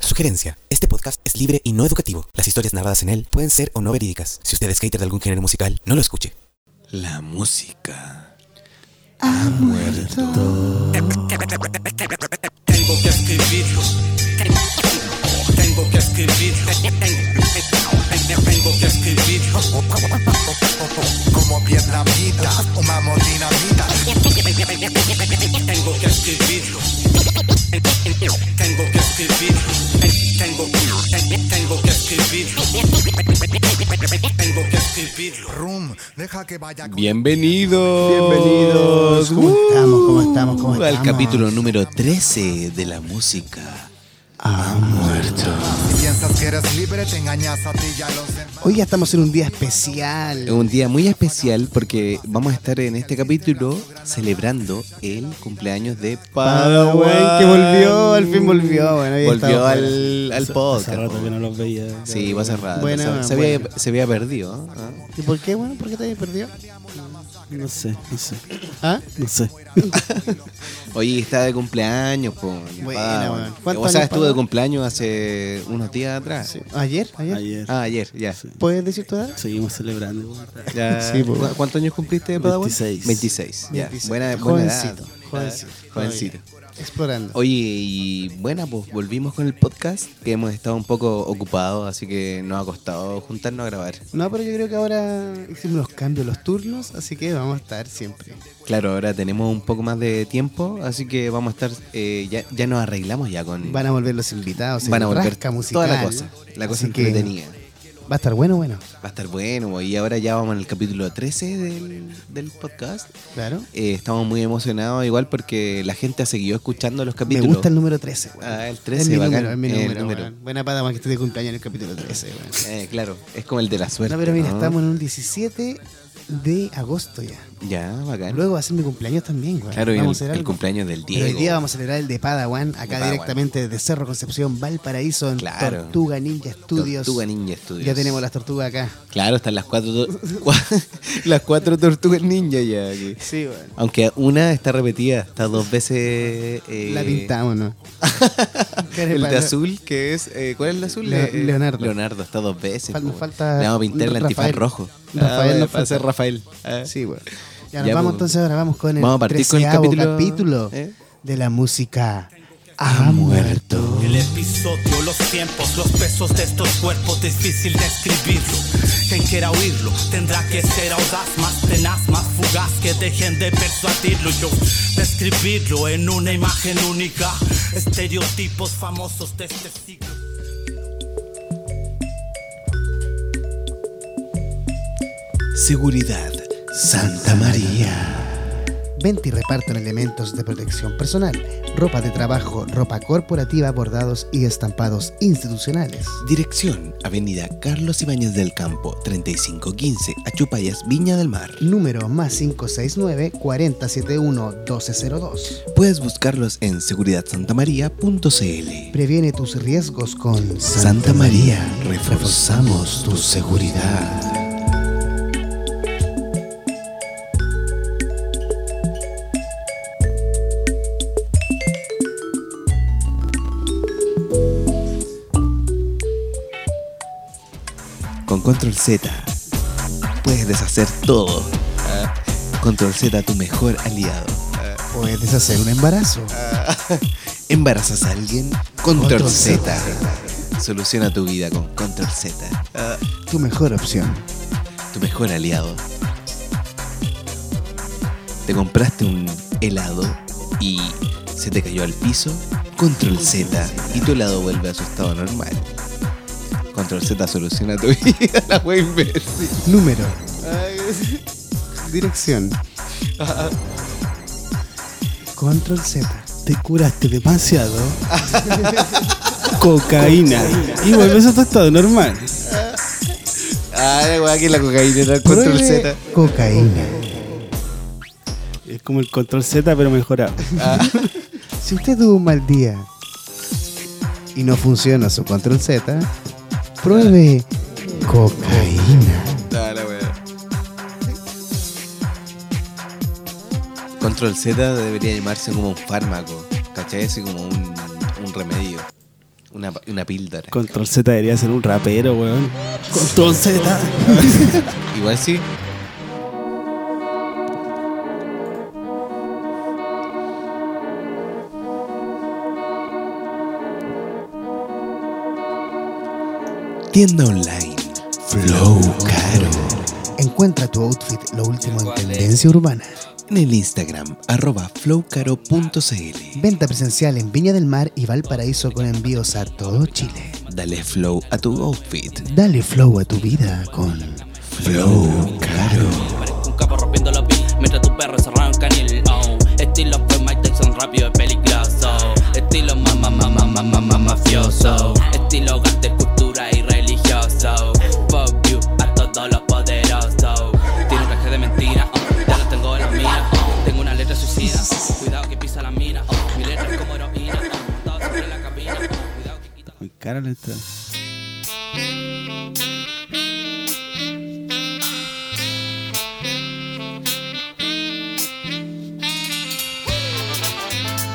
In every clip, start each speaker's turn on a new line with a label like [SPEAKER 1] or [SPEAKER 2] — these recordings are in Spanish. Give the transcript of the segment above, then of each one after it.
[SPEAKER 1] Sugerencia. Este podcast es libre y no educativo. Las historias narradas en él pueden ser o no verídicas. Si usted es hater de algún género musical, no lo escuche.
[SPEAKER 2] La música ha muerto.
[SPEAKER 3] Tengo que escribir. Tengo que escribir. Tengo que escribir.
[SPEAKER 4] Como piedra vida, una dinamita.
[SPEAKER 3] Tengo que escribir. Tengo que escribir. Tengo tengo que escribir. Tengo que escribirlo.
[SPEAKER 4] Room, deja que vaya con-
[SPEAKER 2] Bienvenidos. Uh,
[SPEAKER 5] Bienvenidos. ¿Cómo estamos? ¿Cómo estamos? ¿Cómo
[SPEAKER 2] Al
[SPEAKER 5] estamos?
[SPEAKER 2] capítulo número 13 de la música.
[SPEAKER 5] Ah, muerto.
[SPEAKER 4] Piensas que eres libre, te engañas a ti y a los demás.
[SPEAKER 5] Hoy ya estamos en un día especial.
[SPEAKER 2] Un día muy especial porque vamos a estar en este capítulo celebrando el cumpleaños de Padawan.
[SPEAKER 5] Padawan, que volvió, al fin volvió. Bueno, había
[SPEAKER 2] Ah, volvió
[SPEAKER 5] estado
[SPEAKER 2] al, al podcast.
[SPEAKER 6] Hace rato que no los veía.
[SPEAKER 2] Sí, va cerrado.
[SPEAKER 5] Buena,
[SPEAKER 2] se,
[SPEAKER 5] buena.
[SPEAKER 2] había, se había perdido. ¿ah?
[SPEAKER 5] ¿Y por qué? Bueno, ¿por qué te habías perdido?
[SPEAKER 6] No sé, no sé,
[SPEAKER 5] ¿Ah?
[SPEAKER 6] no sé.
[SPEAKER 2] Oye, está de cumpleaños, po.
[SPEAKER 5] Buena,
[SPEAKER 2] Padawan.
[SPEAKER 5] weón. ¿Cuántos
[SPEAKER 2] O sea,
[SPEAKER 5] años,
[SPEAKER 2] estuvo de
[SPEAKER 5] Padawan?
[SPEAKER 2] cumpleaños hace unos días atrás.
[SPEAKER 5] Sí. ¿Ayer? ¿Ayer?
[SPEAKER 6] Ayer.
[SPEAKER 2] Ah, ayer, ya.
[SPEAKER 6] Sí.
[SPEAKER 5] ¿Puedes decir tu edad?
[SPEAKER 6] Seguimos celebrando. weón.
[SPEAKER 2] Ya-
[SPEAKER 5] Sí, po.
[SPEAKER 2] ¿Cu- pues, ¿Cuántos años cumpliste, Padawan?
[SPEAKER 6] 26.
[SPEAKER 2] 26, ya.
[SPEAKER 5] 26.
[SPEAKER 2] Buena, buena edad.
[SPEAKER 5] jovencito, jovencito.
[SPEAKER 2] Jovencito.
[SPEAKER 5] Explorando.
[SPEAKER 2] Oye, y bueno, pues volvimos con el podcast, que hemos estado un poco ocupados, así que nos ha costado juntarnos a grabar.
[SPEAKER 5] No, pero yo creo que ahora hicimos los cambios, los turnos, así que vamos a estar siempre.
[SPEAKER 2] Claro, ahora tenemos un poco más de tiempo, así que vamos a estar, eh, ya, ya nos arreglamos ya con...
[SPEAKER 5] Van a volver los invitados,
[SPEAKER 2] van
[SPEAKER 5] el
[SPEAKER 2] a volver
[SPEAKER 5] rasca musical.
[SPEAKER 2] toda la cosa, la cosa
[SPEAKER 5] Así que
[SPEAKER 2] entretenida.
[SPEAKER 5] Va a estar bueno, bueno.
[SPEAKER 2] Va a estar bueno, po, y ahora ya vamos en el capítulo 13 del, del podcast.
[SPEAKER 5] Claro.
[SPEAKER 2] Eh, estamos muy emocionados igual porque la gente ha seguido escuchando los capítulos.
[SPEAKER 5] Me gusta el número 13. weón.
[SPEAKER 2] Ah, el
[SPEAKER 5] es
[SPEAKER 2] 13,
[SPEAKER 5] mi
[SPEAKER 2] bacán.
[SPEAKER 5] número, es mi
[SPEAKER 2] el
[SPEAKER 5] número, weón. Buena pata más que esté de cumpleaños en el capítulo 13. weón.
[SPEAKER 2] Eh, claro, es como el de la suerte.
[SPEAKER 5] No, pero mira,
[SPEAKER 2] ¿no?
[SPEAKER 5] estamos en un 17 de agosto ya.
[SPEAKER 2] Ya, bacán.
[SPEAKER 5] Luego va a ser mi cumpleaños también, weón.
[SPEAKER 2] claro, y el,
[SPEAKER 5] vamos a hacer
[SPEAKER 2] el
[SPEAKER 5] algo.
[SPEAKER 2] cumpleaños del
[SPEAKER 5] Pero
[SPEAKER 2] Diego.
[SPEAKER 5] hoy día vamos a celebrar el de Padawan, acá
[SPEAKER 2] Padawan.
[SPEAKER 5] directamente desde Cerro Concepción, Valparaíso, en
[SPEAKER 2] Claro.
[SPEAKER 5] Tortuga Ninja Studios.
[SPEAKER 2] Tortuga Ninja Studios.
[SPEAKER 5] Ya tenemos las tortugas acá.
[SPEAKER 2] Claro, están las cuatro, tor- cua- las cuatro tortugas ninja ya. aquí.
[SPEAKER 5] Sí, bueno.
[SPEAKER 2] Aunque una está repetida, está dos veces. eh,
[SPEAKER 5] La pintamos, ¿no?
[SPEAKER 2] El de azul, que es. eh, ¿Cuál es el de azul?
[SPEAKER 5] Leo-
[SPEAKER 2] Eh,
[SPEAKER 5] Leonardo.
[SPEAKER 2] Leonardo, está dos veces.
[SPEAKER 5] Fal- nos
[SPEAKER 2] po.
[SPEAKER 5] falta
[SPEAKER 2] Le vamos a pintar el antifaz
[SPEAKER 5] Rafael.
[SPEAKER 2] rojo.
[SPEAKER 5] Rafael nos
[SPEAKER 2] va a ser
[SPEAKER 5] falta.
[SPEAKER 2] Rafael. Ah.
[SPEAKER 5] Sí, bueno. Ya nos
[SPEAKER 2] Ya,
[SPEAKER 5] vamos
[SPEAKER 2] pues.
[SPEAKER 5] entonces ahora, vamos con el
[SPEAKER 2] Vamos a partir con el
[SPEAKER 5] 13avo
[SPEAKER 2] capítulo- ¿Eh?
[SPEAKER 5] de la música ha muerto.
[SPEAKER 3] El episodio, los tiempos, los pesos de estos cuerpos, difícil de escribirlo. Quien quiera oírlo tendrá que ser audaz, más tenaz, más fugaz, que dejen de persuadirlo. Yo describirlo en una imagen única, estereotipos famosos de este siglo.
[SPEAKER 2] Seguridad Santa María.
[SPEAKER 5] Venta y reparten elementos de protección personal, ropa de trabajo, ropa corporativa, bordados y estampados institucionales.
[SPEAKER 2] Dirección: Avenida Carlos Ibáñez del Campo, 3515, Achupayas, Viña del Mar.
[SPEAKER 5] Número más 569-4071-1202.
[SPEAKER 2] Puedes buscarlos en seguridadsantamaría.cl.
[SPEAKER 5] Previene tus riesgos con
[SPEAKER 2] Santa María, reforzamos tu seguridad. Con Control Z puedes deshacer todo. Ah, Control Z, tu mejor aliado.
[SPEAKER 5] Puedes hacer un embarazo.
[SPEAKER 2] ¿Embarazas a alguien? Control,
[SPEAKER 5] Control
[SPEAKER 2] Z.
[SPEAKER 5] Z.
[SPEAKER 2] Soluciona tu vida con Control Z. Ah,
[SPEAKER 5] Tu mejor opción.
[SPEAKER 2] tu mejor aliado. Te compraste un helado y se te cayó al piso. Control Z. Y tu helado vuelve a su estado normal. Control Z soluciona tu vida, la wea imbécil.
[SPEAKER 5] Número. Dirección. Control Z.
[SPEAKER 6] Te curaste demasiado. Cocaína. Y vuelves a tu estado normal.
[SPEAKER 2] Ah, la wea que la cocaína era el Control
[SPEAKER 5] Pruebe
[SPEAKER 2] Z.
[SPEAKER 5] Cocaína.
[SPEAKER 6] Es como el control Z, pero mejorado.
[SPEAKER 5] Si usted tuvo un mal día y no funciona su control Z, pruebe cocaína.
[SPEAKER 2] Ah, la wea. Control Z debería llamarse como un fármaco, ¿cachai? Así como un, un remedio. Una Una, una píldora.
[SPEAKER 6] Control Z debería ser un rapero, weón. Control Z.
[SPEAKER 2] Igual sí. Tienda online. Flow Caro.
[SPEAKER 5] Encuentra tu outfit lo último en tendencia urbana.
[SPEAKER 2] En el Instagram, arroba flowcaro.cl.
[SPEAKER 5] Venta presencial en Viña del Mar y Valparaíso con envíos a todo Chile.
[SPEAKER 2] Dale flow a tu outfit.
[SPEAKER 5] Dale flow a tu vida con
[SPEAKER 2] Flow Caro.
[SPEAKER 7] Parezco un capo rompiendo la piel Mientras tus perros arrancan el oh Estilo fue Mike Tyson rápido y peligroso Estilo mamá, mamá, mamá, mamá, mafioso Estilo gante, cultura y religioso Fuck you a todos los poderosos Tiene un traje de mentira, oh, ya lo tengo en la mira oh. Tengo una letra suicida, oh, cuidado que pisa la mina oh. Mi letra es como heroína, oh, todo sobre la cabina oh, Cuidado que quita
[SPEAKER 6] Muy cara la entrada.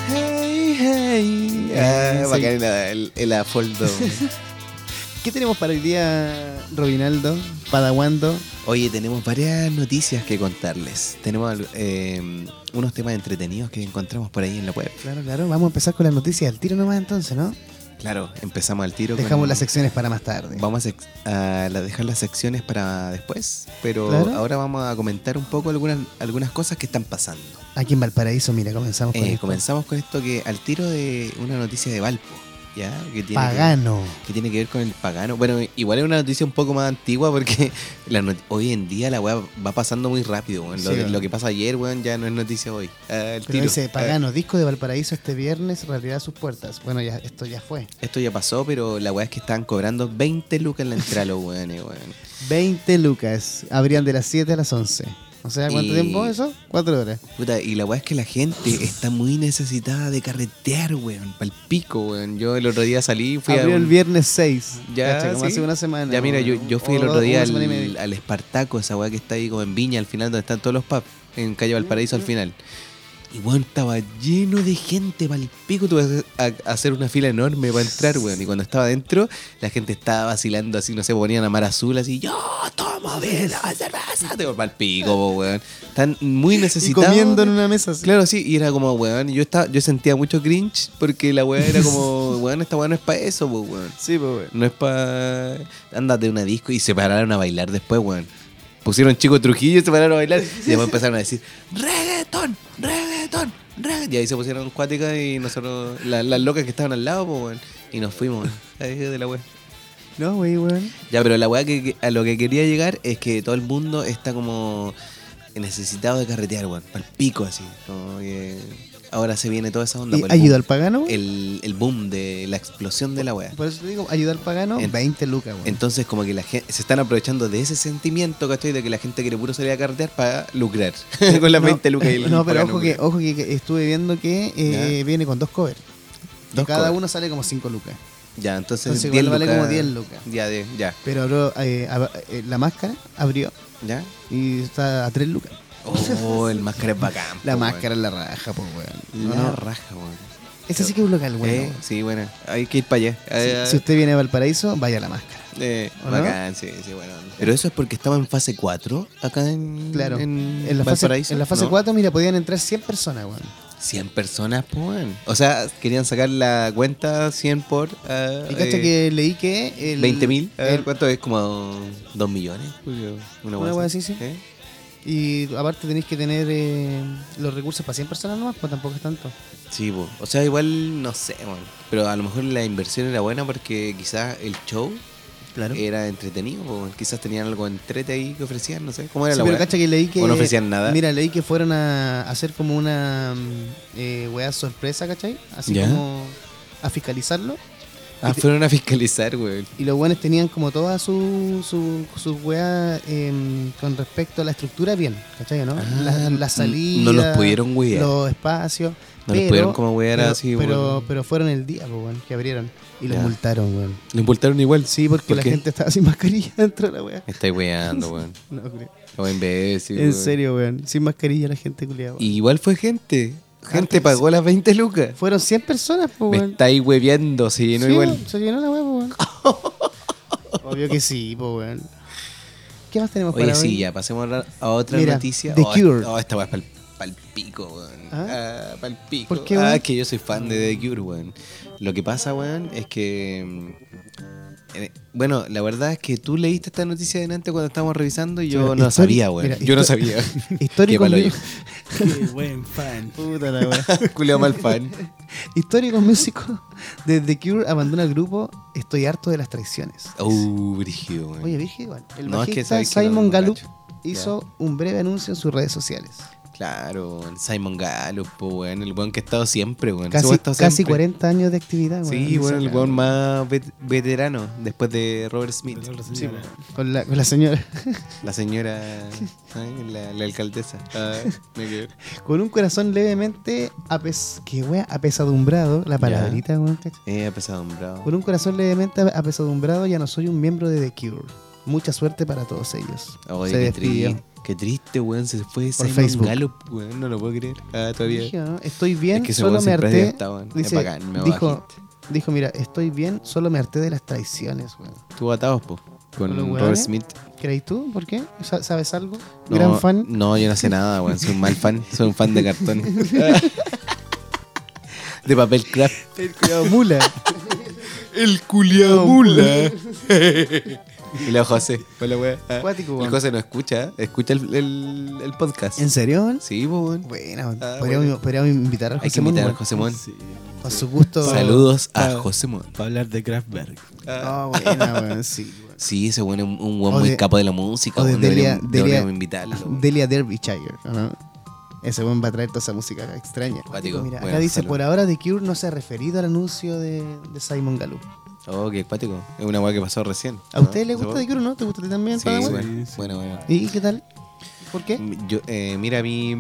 [SPEAKER 2] Hey, hey. Ah, bacán el, el, el afoldo.
[SPEAKER 5] ¿Qué tenemos para hoy día, Robinaldo? Padaguando.
[SPEAKER 2] Oye, tenemos varias noticias que contarles. Tenemos al- eh, unos temas entretenidos que encontramos por ahí en la web.
[SPEAKER 5] Claro, claro. Vamos a empezar con las noticias al tiro nomás entonces, ¿no?
[SPEAKER 2] Claro, empezamos al tiro. con-
[SPEAKER 5] Dejamos las secciones para más tarde.
[SPEAKER 2] Vamos a, sec- a la- dejar las secciones para después, pero
[SPEAKER 5] Claro.
[SPEAKER 2] ahora vamos a comentar un poco algunas, algunas cosas que están pasando.
[SPEAKER 5] Aquí en Valparaíso, mira, comenzamos con
[SPEAKER 2] Eh,
[SPEAKER 5] esto.
[SPEAKER 2] comenzamos con esto que al tiro de una noticia de Valpo, ¿ya? Que tiene que-
[SPEAKER 5] Pagano.
[SPEAKER 2] que tiene que ver con el pagano. Bueno, igual es una noticia un poco más antigua porque la not- hoy en día la weá va pasando muy rápido, weón. Lo,
[SPEAKER 5] Sí, weón.
[SPEAKER 2] lo que pasa ayer, weón, ya no es noticia hoy. Ah, el
[SPEAKER 5] Pero
[SPEAKER 2] tiro.
[SPEAKER 5] dice, Pagano, disco de Valparaíso este viernes reabrirá sus puertas. Bueno, ya esto ya fue.
[SPEAKER 2] Ah, esto ya pasó, pero la weá es que estaban cobrando 20 lucas en la entrada los weones, weón.
[SPEAKER 5] 20 lucas. Abrían de las 7 a las 11. O sea, ¿cuánto
[SPEAKER 2] Y-
[SPEAKER 5] tiempo eso? 4 horas.
[SPEAKER 2] Puta, y la weá es que la gente está muy necesitada de carretear, weón. Pa'l pico, weón. Yo el otro día salí, fui
[SPEAKER 5] Abrió
[SPEAKER 2] a. un-
[SPEAKER 5] el viernes 6.
[SPEAKER 2] Ya,
[SPEAKER 5] Cacha, como
[SPEAKER 2] sí.
[SPEAKER 5] hace una semana.
[SPEAKER 2] Ya mira, yo, yo fui
[SPEAKER 5] O
[SPEAKER 2] el otro
[SPEAKER 5] dos,
[SPEAKER 2] día
[SPEAKER 5] una semana y
[SPEAKER 2] al,
[SPEAKER 5] media.
[SPEAKER 2] al Espartaco, esa weá que está ahí como en Viña, al final donde están todos los pubs, en Calle Valparaíso
[SPEAKER 5] Mm,
[SPEAKER 2] al final. Y weón, estaba lleno de gente, pal pico, tuve que hacer- a- hacer una fila enorme para entrar, weón. Y cuando estaba adentro, la gente estaba vacilando así, no sé, ponían a mar azul así, yo tomo vida, cerveza, te pal pico, po, weón. Están muy
[SPEAKER 5] Y
[SPEAKER 2] necesitados.
[SPEAKER 5] comiendo en
[SPEAKER 2] de-
[SPEAKER 5] una mesa. así.
[SPEAKER 2] Claro, sí, y era como, weón, yo, estaba, yo sentía mucho cringe porque la weá era como, weón, esta weá no es para eso, po, weón.
[SPEAKER 5] Sí, pues, güey.
[SPEAKER 2] No es para. Andate una disco y se pararon a bailar después, weón. Pusieron chico Trujillo y se pararon a bailar. Y después empezaron a decir: ¡Reggaetón! ¡Reggaetón! reggaetón". Y ahí se pusieron cuáticas y nosotros, la- las locas que estaban al lado, pues, weón. Y nos fuimos, ahí de la weá.
[SPEAKER 5] No, güey, güey.
[SPEAKER 2] Ya, pero la weá que, que- a lo que quería llegar es que todo el mundo está como necesitado de carretear, weón. Al pico así. Como que ahora se viene toda esa onda.
[SPEAKER 5] ¿Y
[SPEAKER 2] po, el
[SPEAKER 5] ayuda al
[SPEAKER 2] boom.
[SPEAKER 5] pagano? güey?
[SPEAKER 2] El, el boom de la explosión de la weá.
[SPEAKER 5] Por eso te digo, ayuda al pagano,
[SPEAKER 2] En-
[SPEAKER 5] 20 lucas, güey.
[SPEAKER 2] Entonces como que la gente se están aprovechando de ese sentimiento, ¿cachai? De que la gente quiere puro salir a carretear para lucrar. con las
[SPEAKER 5] No,
[SPEAKER 2] 20 lucas y el
[SPEAKER 5] No, pero
[SPEAKER 2] pagano
[SPEAKER 5] ojo que,
[SPEAKER 2] lucra.
[SPEAKER 5] ojo que que estuve viendo que eh, viene con dos covers.
[SPEAKER 2] Dos
[SPEAKER 5] cada
[SPEAKER 2] covers.
[SPEAKER 5] uno sale como 5 lucas.
[SPEAKER 2] Ya, entonces,
[SPEAKER 5] entonces igual vale como 10 lucas.
[SPEAKER 2] Ya, de- ya,
[SPEAKER 5] Pero abrió, eh, ab- eh, la máscara abrió
[SPEAKER 2] ya.
[SPEAKER 5] y está a 3 lucas.
[SPEAKER 2] Oh, el máscara es bacán.
[SPEAKER 5] La
[SPEAKER 2] po, weón.
[SPEAKER 5] máscara es la raja, pues, weón.
[SPEAKER 2] La
[SPEAKER 5] No, no.
[SPEAKER 2] raja, weón.
[SPEAKER 5] Ese sí que es un local, bueno.
[SPEAKER 2] Eh,
[SPEAKER 5] weón.
[SPEAKER 2] sí, bueno. Hay que ir para allá. Ah,
[SPEAKER 5] Si, si usted viene a Valparaíso, vaya a la máscara.
[SPEAKER 2] eh,
[SPEAKER 5] ¿o no?
[SPEAKER 2] bacán, sí, sí, bueno. Pero eso es porque estaba en fase 4 acá en
[SPEAKER 5] Claro.
[SPEAKER 2] en,
[SPEAKER 5] En, la, fase,
[SPEAKER 2] Valparaíso,
[SPEAKER 5] en la fase
[SPEAKER 2] ¿no?
[SPEAKER 5] 4, mira, podían entrar 100 personas, weón.
[SPEAKER 2] 100 personas, pues. weón. O sea, querían sacar la cuenta 100 por. ah,
[SPEAKER 5] Y cacha
[SPEAKER 2] eh,
[SPEAKER 5] que leí que. el-
[SPEAKER 2] 20 mil. Eh, A ver,
[SPEAKER 5] el-
[SPEAKER 2] ¿cuánto es? Como 2 millones. pues,
[SPEAKER 5] Una
[SPEAKER 2] Una hueá
[SPEAKER 5] hueá así, sí.
[SPEAKER 2] ¿Eh?
[SPEAKER 5] Y aparte tenéis que tener eh, los recursos para 100 personas nomás, pues tampoco es tanto.
[SPEAKER 2] Sí, po. o sea, igual no sé, man. pero a lo mejor la inversión era buena porque quizás el show
[SPEAKER 5] Claro.
[SPEAKER 2] era entretenido, po, weón. quizás tenían algo entrete ahí que ofrecían, no sé. ¿Cómo era
[SPEAKER 5] Sí,
[SPEAKER 2] la
[SPEAKER 5] pero
[SPEAKER 2] hueá?
[SPEAKER 5] cacha que leí que.
[SPEAKER 2] ¿O no ofrecían nada?
[SPEAKER 5] Mira, leí que fueron a hacer como una mm, eh, weá sorpresa, ¿cachai? Así
[SPEAKER 2] Ya.
[SPEAKER 5] como a fiscalizarlo.
[SPEAKER 2] Ah, fueron a fiscalizar, güey.
[SPEAKER 5] Y los weones tenían como todas sus su, sus weas em, con respecto a la estructura bien, ¿cachai? o ¿no?
[SPEAKER 2] Ah,
[SPEAKER 5] la, la salida.
[SPEAKER 2] no los pudieron wear.
[SPEAKER 5] Los espacios.
[SPEAKER 2] No los pudieron como wear
[SPEAKER 5] pero,
[SPEAKER 2] así,
[SPEAKER 5] pero,
[SPEAKER 2] weón.
[SPEAKER 5] pero fueron el día, po, weón, que abrieron. Y los
[SPEAKER 2] Ya.
[SPEAKER 5] multaron, weón.
[SPEAKER 2] Lo importaron igual.
[SPEAKER 5] Sí, porque
[SPEAKER 2] ¿Por
[SPEAKER 5] la
[SPEAKER 2] qué?
[SPEAKER 5] gente estaba sin mascarilla dentro de la wea.
[SPEAKER 2] Me estáis weando, weón.
[SPEAKER 5] No creo.
[SPEAKER 2] Como imbécil,
[SPEAKER 5] en
[SPEAKER 2] weón.
[SPEAKER 5] serio, weón. Sin mascarilla la gente culiada.
[SPEAKER 2] Y igual fue gente. Gente pagó las 20 lucas.
[SPEAKER 5] Fueron 100 personas, pues,
[SPEAKER 2] Me
[SPEAKER 5] weón.
[SPEAKER 2] estáis hueveando, si no
[SPEAKER 5] Sí,
[SPEAKER 2] igual.
[SPEAKER 5] weón, Se llenó la huevo, weón. Obvio que sí, pues, weón. ¿Qué más tenemos
[SPEAKER 2] Oye,
[SPEAKER 5] para
[SPEAKER 2] sí,
[SPEAKER 5] hoy?
[SPEAKER 2] ya pasemos a a otra
[SPEAKER 5] Mira,
[SPEAKER 2] noticia.
[SPEAKER 5] The
[SPEAKER 2] oh,
[SPEAKER 5] Cure.
[SPEAKER 2] oh, esta weá es pal, pico, weón.
[SPEAKER 5] ¿Ah?
[SPEAKER 2] ¿Ah? pal pico.
[SPEAKER 5] ¿Por qué,
[SPEAKER 2] ah,
[SPEAKER 5] weón?
[SPEAKER 2] es que yo soy fan de The Cure, weón. Lo que pasa, weón, es que. mm, eh, Bueno, la verdad es que tú leíste esta noticia delante cuando estábamos revisando y yo
[SPEAKER 5] Mira,
[SPEAKER 2] no la
[SPEAKER 5] histori-
[SPEAKER 2] sabía, weón.
[SPEAKER 5] mira,
[SPEAKER 2] yo no
[SPEAKER 5] histo-
[SPEAKER 2] sabía.
[SPEAKER 5] Históricos,
[SPEAKER 2] Qué palo
[SPEAKER 5] mu-
[SPEAKER 6] Qué buen fan.
[SPEAKER 5] Puta la weá.
[SPEAKER 2] Julio mal fan.
[SPEAKER 5] Históricos músicos de The Cure abandona el grupo Estoy harto de las traiciones.
[SPEAKER 2] Uh, brígido, weón.
[SPEAKER 5] Oye, Virgen, igual. El
[SPEAKER 2] No, es que
[SPEAKER 5] bajista
[SPEAKER 2] sabes que no
[SPEAKER 5] Simon
[SPEAKER 2] lo
[SPEAKER 5] Gallup
[SPEAKER 2] cacho.
[SPEAKER 5] hizo un breve anuncio en sus redes sociales.
[SPEAKER 2] Claro, weón. Simon Gallup, po, weón. El weón que ha estado siempre, weón. Ese weón ha
[SPEAKER 5] Casi,
[SPEAKER 2] estado
[SPEAKER 5] casi
[SPEAKER 2] siempre.
[SPEAKER 5] 40 años de actividad, weón.
[SPEAKER 2] Sí, bueno, el
[SPEAKER 5] Esa weá.
[SPEAKER 2] weón más vet- veterano después de Robert Smith.
[SPEAKER 6] Sí,
[SPEAKER 5] Con la, con la señora.
[SPEAKER 2] La señora, ¿eh? la, la alcaldesa. Ah, me quedé.
[SPEAKER 5] Con un corazón levemente apes, que wea, apesadumbrado, la palabrita, weón, cacho.
[SPEAKER 2] Eh, apesadumbrado.
[SPEAKER 5] Con un corazón levemente apesadumbrado, ya no soy un miembro de The Cure. Mucha suerte para todos ellos.
[SPEAKER 2] Oye,
[SPEAKER 5] Se
[SPEAKER 2] qué,
[SPEAKER 5] despidió.
[SPEAKER 2] triste, qué triste, weón. Se fue Simon
[SPEAKER 5] Facebook.
[SPEAKER 2] Gallup, weón. No lo puedo creer. Ah, todavía.
[SPEAKER 5] Dije, ¿no? Estoy bien,
[SPEAKER 2] es que ese
[SPEAKER 5] solo
[SPEAKER 2] weón
[SPEAKER 5] me
[SPEAKER 2] siempre
[SPEAKER 5] harté.
[SPEAKER 2] está, weón. Es
[SPEAKER 5] dice-
[SPEAKER 2] bacán, me
[SPEAKER 5] dijo,
[SPEAKER 2] bajiste.
[SPEAKER 5] dijo, mira, estoy bien, solo me harté de las traiciones, weón.
[SPEAKER 2] Estuvo atados, po. Con
[SPEAKER 5] los
[SPEAKER 2] Robert
[SPEAKER 5] weones?
[SPEAKER 2] Smith.
[SPEAKER 5] ¿Crees tú? ¿Por qué? Sa- ¿Sabes algo?
[SPEAKER 2] No,
[SPEAKER 5] Gran fan.
[SPEAKER 2] No, yo no sé nada, weón. Soy un mal fan. Soy un fan de cartón. de papel craft.
[SPEAKER 5] El cuidado mula.
[SPEAKER 2] El culiamula. y la José. Hola, weón. Ah.
[SPEAKER 5] Acuático,
[SPEAKER 2] El
[SPEAKER 5] weón.
[SPEAKER 2] José no escucha. ¿eh? Escucha el, el- el podcast.
[SPEAKER 5] ¿En serio? weón?
[SPEAKER 2] Sí, po, weón.
[SPEAKER 5] Buena, weón.
[SPEAKER 2] Ah,
[SPEAKER 5] podríamos,
[SPEAKER 2] bueno.
[SPEAKER 5] podríamos invitar a
[SPEAKER 2] Hay que
[SPEAKER 5] José Mon,
[SPEAKER 2] invitar a
[SPEAKER 5] weón.
[SPEAKER 2] José Mon.
[SPEAKER 5] Con su gusto.
[SPEAKER 2] Saludos a
[SPEAKER 6] Ah.
[SPEAKER 2] José Mon.
[SPEAKER 6] Para hablar de Kraftwerk.
[SPEAKER 5] Ah, buena, weón, sí. weón.
[SPEAKER 2] Sí, ese bueno es un- un buen
[SPEAKER 5] O
[SPEAKER 2] muy
[SPEAKER 5] de-
[SPEAKER 2] capo de la música.
[SPEAKER 5] o de
[SPEAKER 2] weón,
[SPEAKER 5] Delia-
[SPEAKER 2] deberíamos-
[SPEAKER 5] Delia-
[SPEAKER 2] deberíamos invitarlo. weón.
[SPEAKER 5] Delia Derbyshire, ¿o ¿no? Ese buen va a traer toda esa música extraña.
[SPEAKER 2] Acuático,
[SPEAKER 5] Mira, acá
[SPEAKER 2] bueno,
[SPEAKER 5] dice,
[SPEAKER 2] saludos.
[SPEAKER 5] por ahora The Cure no se ha referido al anuncio de, de Simon Gallup.
[SPEAKER 2] Oh, qué acuático. Es una weá que pasó recién.
[SPEAKER 5] ¿A ustedes les gusta
[SPEAKER 2] de
[SPEAKER 5] The Cure o no? ¿Te gusta a ti también?
[SPEAKER 2] Ah, Sí,
[SPEAKER 5] toda la weá?
[SPEAKER 2] bueno,
[SPEAKER 6] Sí, sí.
[SPEAKER 2] bueno, bueno.
[SPEAKER 5] ¿Y qué tal? ¿Por qué?
[SPEAKER 2] Yo, eh, mira, a mí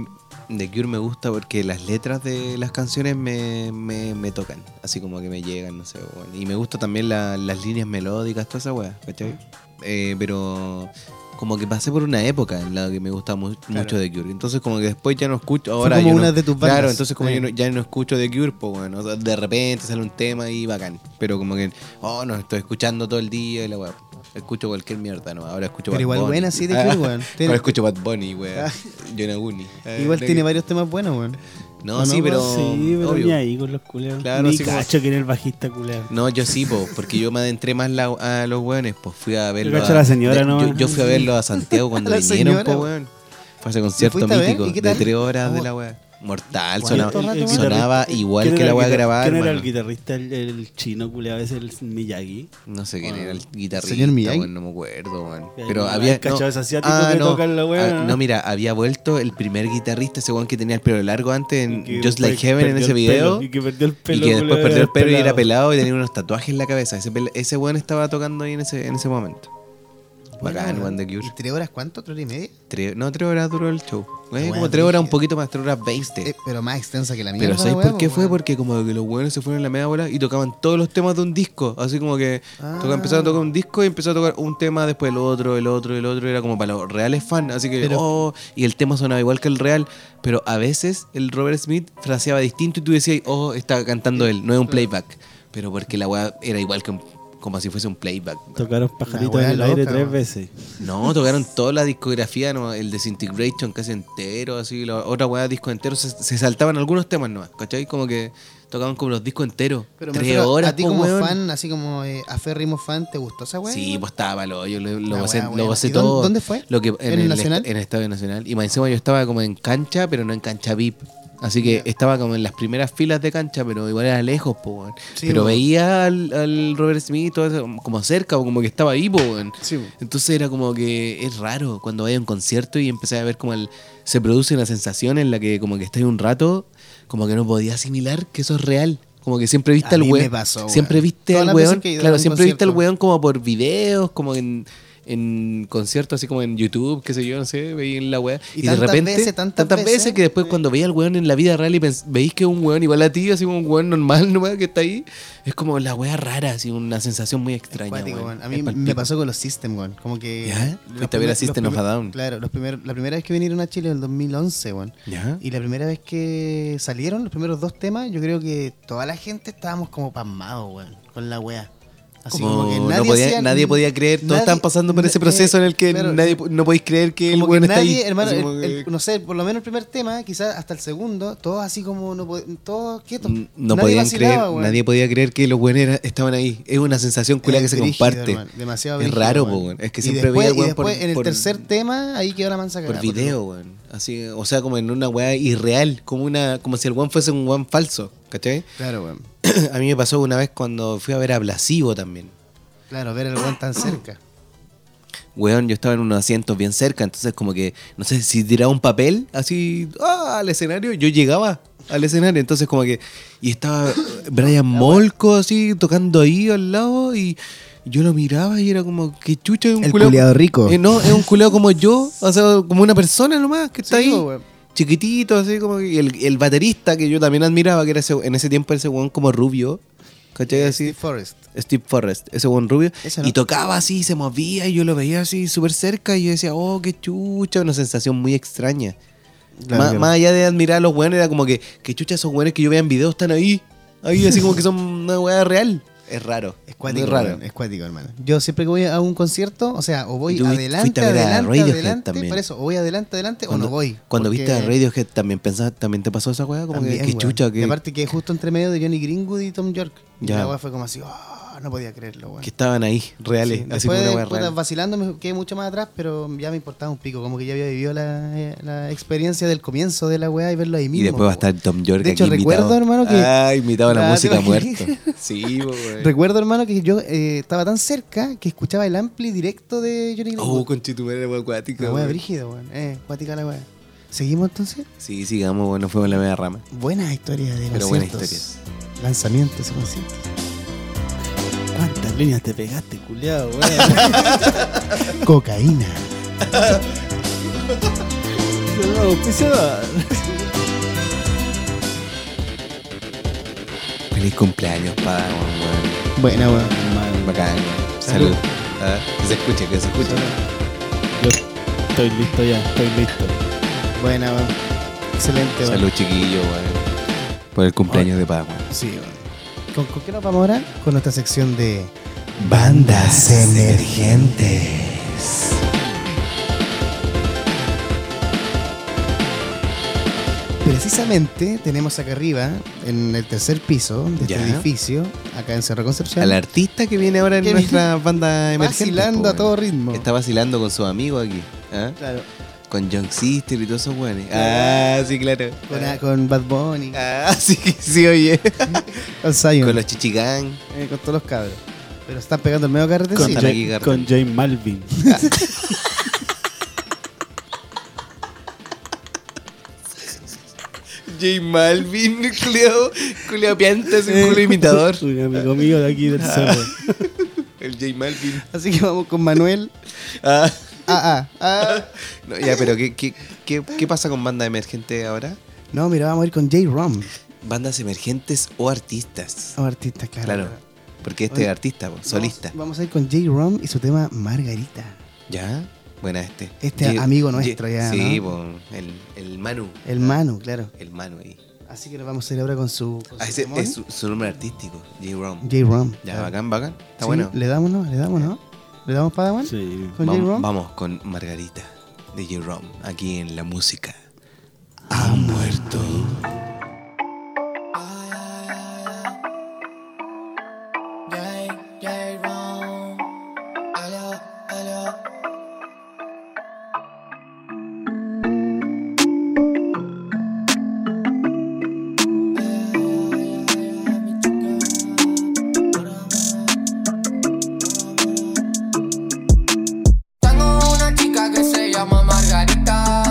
[SPEAKER 2] The Cure me gusta porque las letras de las canciones me, me, me tocan. Así como que me llegan, no sé. weón. Y me gusta también la- las líneas melódicas, toda esa weá, ¿cachai? Eh, pero como que pasé por una época en la que me gustaba mu- mucho The Cure. Entonces como que después ya no escucho... Ahora
[SPEAKER 5] como
[SPEAKER 2] yo
[SPEAKER 5] una
[SPEAKER 2] no-
[SPEAKER 5] de tus
[SPEAKER 2] Claro,
[SPEAKER 5] bandas.
[SPEAKER 2] entonces como
[SPEAKER 5] Sí.
[SPEAKER 2] yo no- ya no escucho The Cure, pues bueno, o sea, de repente sale un tema y bacán. Pero como que, oh, no, estoy escuchando todo el día y la weá. Escucho cualquier mierda, no, ahora escucho
[SPEAKER 5] Pero
[SPEAKER 2] Bad
[SPEAKER 5] igual
[SPEAKER 2] Bunny.
[SPEAKER 5] buena sí The Cure,
[SPEAKER 2] Ah.
[SPEAKER 5] weón. Tiene-
[SPEAKER 2] Ahora escucho Bad Bunny,
[SPEAKER 6] Ah.
[SPEAKER 2] weón. Yonaguni. Eh,
[SPEAKER 5] Igual
[SPEAKER 2] de-
[SPEAKER 5] tiene varios temas buenos, weón.
[SPEAKER 2] No,
[SPEAKER 5] ¿o no,
[SPEAKER 2] sí, pero.
[SPEAKER 6] sí, pero
[SPEAKER 2] obvio.
[SPEAKER 6] ni ahí con los culeados.
[SPEAKER 2] Claro,
[SPEAKER 6] ni
[SPEAKER 2] sí, como-
[SPEAKER 6] cacho que era el bajista culeado.
[SPEAKER 2] No, yo sí, po, porque yo me adentré más la- a los weones, pues fui a verlo.
[SPEAKER 6] cacho
[SPEAKER 2] a
[SPEAKER 6] a la señora, ¿no?
[SPEAKER 2] Yo, yo fui a verlo a Santiago cuando
[SPEAKER 5] A la
[SPEAKER 2] vinieron,
[SPEAKER 5] señora,
[SPEAKER 2] po, weón. Fue a ese concierto
[SPEAKER 5] fuiste a ver?
[SPEAKER 2] mítico
[SPEAKER 5] ¿Y qué
[SPEAKER 2] de
[SPEAKER 5] tal?
[SPEAKER 2] tres horas de
[SPEAKER 5] Oh.
[SPEAKER 2] la weá. Mortal,
[SPEAKER 5] ¿Cuánto
[SPEAKER 2] sonaba,
[SPEAKER 5] rato, weón?
[SPEAKER 2] sonaba
[SPEAKER 6] guitarrista-
[SPEAKER 2] igual
[SPEAKER 6] ¿quién
[SPEAKER 2] que
[SPEAKER 6] era
[SPEAKER 2] la
[SPEAKER 6] el
[SPEAKER 2] weá
[SPEAKER 6] guitar-
[SPEAKER 2] grabada.
[SPEAKER 6] ¿Quién era el
[SPEAKER 2] hermano.
[SPEAKER 6] guitarrista, el, el chino culeado? ese, el Miyagi?
[SPEAKER 2] No sé
[SPEAKER 6] Ah.
[SPEAKER 2] quién era el guitarrista,
[SPEAKER 5] Señor Miyagi.
[SPEAKER 2] weón, no me acuerdo, weón.
[SPEAKER 6] Ya,
[SPEAKER 2] Pero
[SPEAKER 6] ya,
[SPEAKER 2] había.
[SPEAKER 6] el cachado es asiático que toca en la weá,
[SPEAKER 2] Ah,
[SPEAKER 6] ¿no?
[SPEAKER 2] No, mira, había vuelto el primer guitarrista, ese weón que tenía el pelo largo antes en
[SPEAKER 6] Que
[SPEAKER 2] Just Like
[SPEAKER 6] per-
[SPEAKER 2] Heaven en
[SPEAKER 6] perdió
[SPEAKER 2] ese
[SPEAKER 6] el
[SPEAKER 2] video.
[SPEAKER 6] pelo, y que perdió el pelo.
[SPEAKER 2] y que después
[SPEAKER 6] culeado,
[SPEAKER 2] perdió el pelo y era
[SPEAKER 6] pelado.
[SPEAKER 2] pelado y tenía unos tatuajes en la cabeza. Ese, pel- ese weón estaba tocando ahí en ese, en ese momento. Bacán,
[SPEAKER 5] Buena,
[SPEAKER 2] One
[SPEAKER 5] weón.
[SPEAKER 2] The Cure.
[SPEAKER 5] ¿Y tres horas cuánto? ¿Tres horas y media?
[SPEAKER 2] Tres- no, tres horas duró el show. Eh,
[SPEAKER 5] Weón,
[SPEAKER 2] como tres horas, un
[SPEAKER 5] brígido.
[SPEAKER 2] poquito más, tres horas veinte.
[SPEAKER 5] Eh, pero más extensa que la mía.
[SPEAKER 2] Pero ¿sabéis por qué fue? Porque como que los buenos se fueron a la media bola y tocaban todos los temas de un disco. Así como que
[SPEAKER 5] Ah.
[SPEAKER 2] toca- empezaron a tocar un disco y empezaron a tocar un tema, después el otro, el otro, el otro. Era como para los reales fans. Así que,
[SPEAKER 5] Pero-
[SPEAKER 2] oh, y el tema sonaba igual que el real. Pero a veces el Robert Smith fraseaba distinto y tú decías, oh, está cantando él, no es un playback. Pero porque la weá era igual que un- como si fuese un playback.
[SPEAKER 6] Tocaron pajaritos
[SPEAKER 5] wea
[SPEAKER 6] en el aire
[SPEAKER 5] loca,
[SPEAKER 6] tres
[SPEAKER 5] weón.
[SPEAKER 6] veces.
[SPEAKER 2] No, tocaron toda la discografía, no, el Desintegration casi entero, así, la otra weá, disco entero, se, se saltaban algunos temas nomás, ¿cachai? Como que tocaban como los discos enteros.
[SPEAKER 5] Pero me
[SPEAKER 2] tres
[SPEAKER 5] refiero,
[SPEAKER 2] horas,
[SPEAKER 5] A ti
[SPEAKER 2] po,
[SPEAKER 5] como
[SPEAKER 2] weón.
[SPEAKER 5] fan, así como eh, aférrimo fan, ¿te gustó esa weá?
[SPEAKER 2] Sí, pues estaba lo, yo lo, lo
[SPEAKER 5] La
[SPEAKER 2] gocé,
[SPEAKER 5] weá
[SPEAKER 2] lo
[SPEAKER 5] buena.
[SPEAKER 2] gocé
[SPEAKER 5] ¿Y dónde-
[SPEAKER 2] todo.
[SPEAKER 5] dónde fue?
[SPEAKER 2] Lo que,
[SPEAKER 5] ¿En
[SPEAKER 2] el
[SPEAKER 5] el Nacional?
[SPEAKER 2] En el Estadio Nacional. Y más encima yo estaba como en cancha, pero no en cancha VIP. Así que estaba como en las primeras filas de cancha, pero igual era lejos, po, weón.
[SPEAKER 5] Sí,
[SPEAKER 2] pero
[SPEAKER 5] po.
[SPEAKER 2] veía al, al Robert Smith todo eso, como cerca, o como que estaba ahí, po, weón.
[SPEAKER 5] Sí, po.
[SPEAKER 2] Entonces era como que es raro cuando vaya a un concierto y empecé a ver como el, se produce una sensación en la que como que estás un rato, como que no podía asimilar que eso es real. Como que siempre viste
[SPEAKER 5] A
[SPEAKER 2] al
[SPEAKER 5] mí
[SPEAKER 2] weón.
[SPEAKER 5] me pasó, weón.
[SPEAKER 2] Siempre viste
[SPEAKER 5] Todas
[SPEAKER 2] al
[SPEAKER 5] las veces
[SPEAKER 2] weón.
[SPEAKER 5] que he ido a
[SPEAKER 2] Claro,
[SPEAKER 5] un
[SPEAKER 2] siempre viste al
[SPEAKER 5] concierto.
[SPEAKER 2] weón como por videos, como en, en conciertos, así como en YouTube, qué sé yo, no sé, veía en la wea.
[SPEAKER 5] Y
[SPEAKER 2] Y, de
[SPEAKER 5] tantas
[SPEAKER 2] repente,
[SPEAKER 5] veces, tantas
[SPEAKER 2] veces,
[SPEAKER 5] veces.
[SPEAKER 2] que después cuando veía al weón en la vida real y pens- veis que es un weón igual a ti, así como un weón normal, no que está ahí, es como la wea rara, así una sensación muy extraña.
[SPEAKER 5] Cuático,
[SPEAKER 2] weón.
[SPEAKER 5] weón. A
[SPEAKER 2] Es
[SPEAKER 5] mí
[SPEAKER 2] palpico.
[SPEAKER 5] me pasó con los System, weón. Como que.
[SPEAKER 2] ¿Ya?
[SPEAKER 5] los
[SPEAKER 2] Fuiste a ver
[SPEAKER 5] primer-
[SPEAKER 2] a System
[SPEAKER 5] los
[SPEAKER 2] of a
[SPEAKER 5] primer-
[SPEAKER 2] Down.
[SPEAKER 5] Claro, los primer- la primera vez que vinieron a Chile en el 2011, weón.
[SPEAKER 2] ¿Ya?
[SPEAKER 5] Y la primera vez que salieron los primeros dos temas, yo creo que toda la gente estábamos como pasmados, weón, con la weá. Así como, que
[SPEAKER 2] no
[SPEAKER 5] nadie,
[SPEAKER 2] podía-
[SPEAKER 5] hacía-
[SPEAKER 2] nadie podía creer, todos
[SPEAKER 5] nadie-
[SPEAKER 2] están pasando por
[SPEAKER 5] na-
[SPEAKER 2] ese proceso en el que
[SPEAKER 5] eh, claro,
[SPEAKER 2] nadie, po- no podéis creer que el
[SPEAKER 5] como
[SPEAKER 2] weón
[SPEAKER 5] que
[SPEAKER 2] está
[SPEAKER 5] nadie,
[SPEAKER 2] ahí.
[SPEAKER 5] hermano,
[SPEAKER 2] Así
[SPEAKER 5] el-
[SPEAKER 2] como
[SPEAKER 5] el-
[SPEAKER 2] que-
[SPEAKER 5] no sé, por lo menos el primer tema, quizás hasta el segundo, todos así como, no pod- todos quietos.
[SPEAKER 2] N- No
[SPEAKER 5] Nadie
[SPEAKER 2] podían
[SPEAKER 5] vacilaba,
[SPEAKER 2] creer,
[SPEAKER 5] weón.
[SPEAKER 2] nadie podía creer que los buenos era- estaban ahí. Es una sensación culia
[SPEAKER 5] Es
[SPEAKER 2] que se
[SPEAKER 5] brígido,
[SPEAKER 2] comparte.
[SPEAKER 5] hermano, demasiado
[SPEAKER 2] Es
[SPEAKER 5] brígido,
[SPEAKER 2] raro,
[SPEAKER 5] weón.
[SPEAKER 2] po, weón. Es que
[SPEAKER 5] Y
[SPEAKER 2] siempre
[SPEAKER 5] después-
[SPEAKER 2] veía,
[SPEAKER 5] y
[SPEAKER 2] weón, por-
[SPEAKER 5] después en el
[SPEAKER 2] por-
[SPEAKER 5] tercer tema, ahí quedó la mansa
[SPEAKER 2] Por
[SPEAKER 5] cagada,
[SPEAKER 2] video, weón. Así, o sea, como en una weá irreal, como una, como si el weón fuese un weón falso, ¿cachai?
[SPEAKER 5] Claro, weón.
[SPEAKER 2] a mí me pasó una vez cuando fui a ver a Plasivo también.
[SPEAKER 5] Claro, ver el weón
[SPEAKER 2] Ah.
[SPEAKER 5] tan cerca.
[SPEAKER 2] Weón, yo estaba en unos asientos bien cerca, entonces como que, no sé, si tiraba un papel así ah, al escenario, yo llegaba al escenario, entonces como que, y estaba Brian Molko así tocando ahí al lado y yo lo miraba y era como, que chucha, es un
[SPEAKER 5] El
[SPEAKER 2] culeado-
[SPEAKER 5] culeado rico.
[SPEAKER 2] Eh, no, es un culeado como yo, o sea, como una persona nomás que está
[SPEAKER 5] Sí,
[SPEAKER 2] ahí.
[SPEAKER 5] weón.
[SPEAKER 2] Chiquitito, así como que- y el, el baterista que yo también admiraba, que era ese- en ese tiempo ese weón como rubio, ¿cachai? Así,
[SPEAKER 5] Steve Forrest.
[SPEAKER 2] Steve Forrest, ese buen rubio.
[SPEAKER 5] Ese no.
[SPEAKER 2] Y tocaba así, se movía y yo lo veía así súper cerca y yo decía, oh, qué chucha, una sensación muy extraña.
[SPEAKER 5] Claro,
[SPEAKER 2] Má-
[SPEAKER 5] claro.
[SPEAKER 2] Más allá de admirar a los buenos, era como que, qué chucha esos buenos que yo veía en video están ahí. Ahí, así como que son una weá real. Es raro.
[SPEAKER 5] Es cuático,
[SPEAKER 2] muy raro.
[SPEAKER 5] hermano, es cuático, hermano. Yo siempre que voy a un concierto, o sea, o voy
[SPEAKER 2] Y tú fuiste-
[SPEAKER 5] adelante,
[SPEAKER 2] fuiste a ver a
[SPEAKER 5] adelante,
[SPEAKER 2] Radiohead
[SPEAKER 5] adelante,
[SPEAKER 2] también.
[SPEAKER 5] por eso, o voy adelante, adelante, o no voy.
[SPEAKER 2] Cuando
[SPEAKER 5] porque
[SPEAKER 2] viste a Radiohead también pensaba, también te pasó esa weá, como
[SPEAKER 5] también,
[SPEAKER 2] que, qué
[SPEAKER 5] weón.
[SPEAKER 2] chucha,
[SPEAKER 5] Y
[SPEAKER 2] que,
[SPEAKER 5] aparte que justo entre medio de Johnny Greenwood y Tom York. Y
[SPEAKER 2] Ya.
[SPEAKER 5] la weá fue como así, "Oh, no podía creerlo, weón.
[SPEAKER 2] que estaban ahí, reales.
[SPEAKER 5] Sí,
[SPEAKER 2] así como
[SPEAKER 5] Después,
[SPEAKER 2] una weá
[SPEAKER 5] puta,
[SPEAKER 2] real.
[SPEAKER 5] vacilando, me quedé mucho más atrás, pero ya me importaba un pico. Como que ya había vivido la, eh, la experiencia del comienzo de la weá y verlo ahí mismo.
[SPEAKER 2] Y después va a estar
[SPEAKER 5] weón.
[SPEAKER 2] Tom York
[SPEAKER 5] De hecho,
[SPEAKER 2] aquí
[SPEAKER 5] recuerdo,
[SPEAKER 2] invitado.
[SPEAKER 5] hermano, que-
[SPEAKER 2] Ah, invitado a la
[SPEAKER 5] Ah, ¿te
[SPEAKER 2] música muerto.
[SPEAKER 5] imaginas?
[SPEAKER 2] Sí, po, weón.
[SPEAKER 5] Recuerdo, hermano, que yo eh, estaba tan cerca que escuchaba el ampli directo de Johnny Greenwood.
[SPEAKER 2] Oh, conchetumare, weón, acuático.
[SPEAKER 5] La wea
[SPEAKER 2] weón.
[SPEAKER 5] brígida, weón. Eh, cuática la wea. ¿Seguimos entonces?
[SPEAKER 2] Sí, sigamos, bueno, fuimos a la media rama.
[SPEAKER 5] Buenas historias de
[SPEAKER 2] Pero buenas
[SPEAKER 5] conciertos. Lanzamientos y conciertos.
[SPEAKER 6] ¿Cuántas líneas te pegaste, culiado, weón?
[SPEAKER 5] Cocaína.
[SPEAKER 2] Feliz cumpleaños, Padawan, weón.
[SPEAKER 5] Buena, weón.
[SPEAKER 2] Bacán, weón. Salud. Ah, Que se escuche, que se escuche.
[SPEAKER 6] Yo estoy listo ya, estoy listo.
[SPEAKER 5] Buena, weón. Excelente, weón.
[SPEAKER 2] Salud, chiquillo, weón. Por el cumpleaños de Padawan.
[SPEAKER 5] Sí, weón. ¿Con, con qué nos vamos ahora? Con nuestra sección de.
[SPEAKER 2] Bandas emergentes.
[SPEAKER 5] Precisamente tenemos acá arriba, en el tercer piso de este
[SPEAKER 2] Ya.
[SPEAKER 5] edificio, acá en Cerro Concepción.
[SPEAKER 2] Al artista que viene ahora en
[SPEAKER 5] Que
[SPEAKER 2] nuestra banda emergente.
[SPEAKER 5] vacilando
[SPEAKER 2] po,
[SPEAKER 5] a todo
[SPEAKER 2] weón.
[SPEAKER 5] ritmo.
[SPEAKER 2] Está vacilando con sus amigos aquí. ¿ah?
[SPEAKER 5] Claro.
[SPEAKER 2] Con Young Sister y todos esos weones. Ah, sí, claro.
[SPEAKER 5] Con, con Bad Bunny.
[SPEAKER 2] Ah, sí, sí, oye.
[SPEAKER 5] Con Zion.
[SPEAKER 2] Con los chichigán.
[SPEAKER 5] eh, con todos los cabros. Pero están pegando el medio carretecito.
[SPEAKER 6] Con,
[SPEAKER 2] Sí,
[SPEAKER 6] Jay-
[SPEAKER 2] Ricky Gardner.
[SPEAKER 6] con James Malvin.
[SPEAKER 2] J Malvin, Julio, Julio Pianta, es un culo imitador.
[SPEAKER 6] Un amigo mío de aquí del cerro.
[SPEAKER 2] El J Malvin.
[SPEAKER 5] Así que vamos con Manuel.
[SPEAKER 2] Ah,
[SPEAKER 5] Ah, ah, ah.
[SPEAKER 2] no, ya, pero ¿qué, qué, qué, qué pasa con banda emergente ahora?
[SPEAKER 5] No, mira, vamos a ir con J. Rom.
[SPEAKER 2] Bandas emergentes o artistas.
[SPEAKER 5] O artista, claro.
[SPEAKER 2] Claro,
[SPEAKER 5] Vamos-
[SPEAKER 2] porque este es artista, po, solista.
[SPEAKER 5] Vamos, a ir con J. Rom y su tema Margarita.
[SPEAKER 2] ¿Ya? Buena este.
[SPEAKER 5] Este amigo nuestro ya,
[SPEAKER 2] Sí,
[SPEAKER 5] ¿no?
[SPEAKER 2] po, el, el Manu.
[SPEAKER 5] El Manu, claro.
[SPEAKER 2] El Manu ahí.
[SPEAKER 5] Así que nos vamos a ir ahora con su. con
[SPEAKER 2] Ah,
[SPEAKER 5] su
[SPEAKER 2] ese
[SPEAKER 5] temón.
[SPEAKER 2] es su, su nombre artístico, J-Rom.
[SPEAKER 5] J. Rom.
[SPEAKER 2] Ya,
[SPEAKER 5] claro.
[SPEAKER 2] bacán, bacán. Está
[SPEAKER 5] Sí,
[SPEAKER 2] bueno.
[SPEAKER 5] Le damos, ¿no? Le damos, ¿no? ¿Le damos para Dawan?
[SPEAKER 6] Sí.
[SPEAKER 5] Con J.
[SPEAKER 2] Vam-
[SPEAKER 5] Rom.
[SPEAKER 2] Vamos con Margarita de J-Rom aquí en la música. Ha muerto.
[SPEAKER 8] Tengo una chica que se llama Margarita.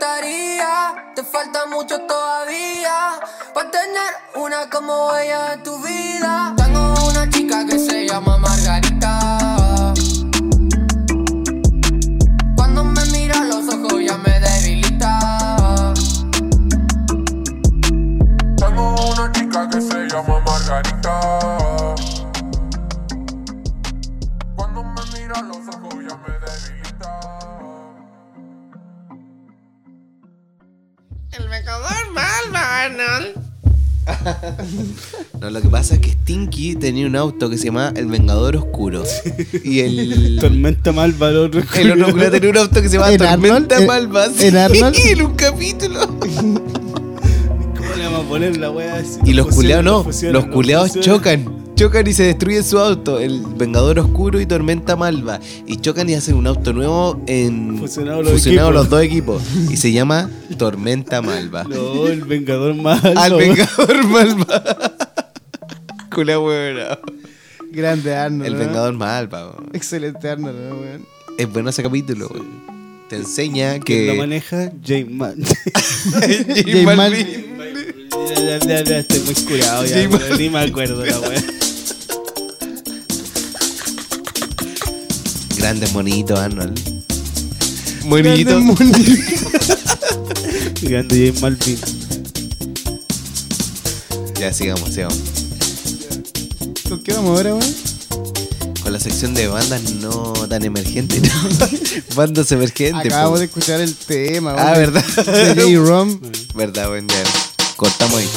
[SPEAKER 8] debería. Te falta mucho todavía. Para tener una como ella en tu vida. Tengo una chica que se llama Margarita. Cuando me mira a los ojos ya me debilita.
[SPEAKER 9] Tengo una chica que se llama Margarita. Cuando me mira a los ojos ya me debilita.
[SPEAKER 2] No, lo que pasa es que Stinky tenía un auto que se llamaba El Vengador Oscuro. Y el.
[SPEAKER 6] Tormenta mal valor.
[SPEAKER 2] El otro oscuro tenía un auto que se llamaba
[SPEAKER 5] ¿En Arnold?
[SPEAKER 2] Tormenta
[SPEAKER 5] ¿En-
[SPEAKER 2] Malva. sí,
[SPEAKER 5] en Arnold?
[SPEAKER 2] en un capítulo.
[SPEAKER 6] ¿Cómo le vamos a poner la wea así?
[SPEAKER 2] Y los
[SPEAKER 6] fusionan,
[SPEAKER 2] culeados no,
[SPEAKER 6] fusionan,
[SPEAKER 2] los culeados
[SPEAKER 6] fusionan.
[SPEAKER 2] chocan. Chocan y se destruyen su auto, el Vengador Oscuro y Tormenta Malva. Y chocan y hacen un auto nuevo en
[SPEAKER 6] Fusionados los equipos.
[SPEAKER 2] fusionados los dos equipos. Y se llama Tormenta Malva.
[SPEAKER 6] No, el Vengador mal.
[SPEAKER 2] Al Ah, Vengador Malva. Culeado huevonao.
[SPEAKER 5] Grande Arnold.
[SPEAKER 2] El
[SPEAKER 5] ¿no?
[SPEAKER 2] Vengador Malva. weón.
[SPEAKER 5] Excelente Arnold, ¿no, weón?
[SPEAKER 2] Es bueno ese capítulo, weón. Te enseña
[SPEAKER 6] Que lo
[SPEAKER 2] que.
[SPEAKER 6] maneja Jay Man.
[SPEAKER 2] J
[SPEAKER 5] J
[SPEAKER 2] Balvin.
[SPEAKER 6] ya, ya, ya, ya, estoy muy curado ya,
[SPEAKER 2] Jay
[SPEAKER 6] weón,
[SPEAKER 2] Balvin.
[SPEAKER 6] ni me acuerdo la wea.
[SPEAKER 2] Grandes monitos, Arnold.
[SPEAKER 5] Grande
[SPEAKER 2] Monitos.
[SPEAKER 5] Muni.
[SPEAKER 6] Grande Jay Malvin.
[SPEAKER 2] Ya sigamos, sigamos.
[SPEAKER 5] ¿Con qué vamos ahora, weón?
[SPEAKER 2] Con la sección de bandas no tan emergentes. ¿no? bandas emergentes.
[SPEAKER 5] Acabamos
[SPEAKER 2] po.
[SPEAKER 5] de escuchar el tema,
[SPEAKER 2] Ah, ¿verdad?
[SPEAKER 5] De J-Rom.
[SPEAKER 2] Verdad, buen día. Cortamos ahí.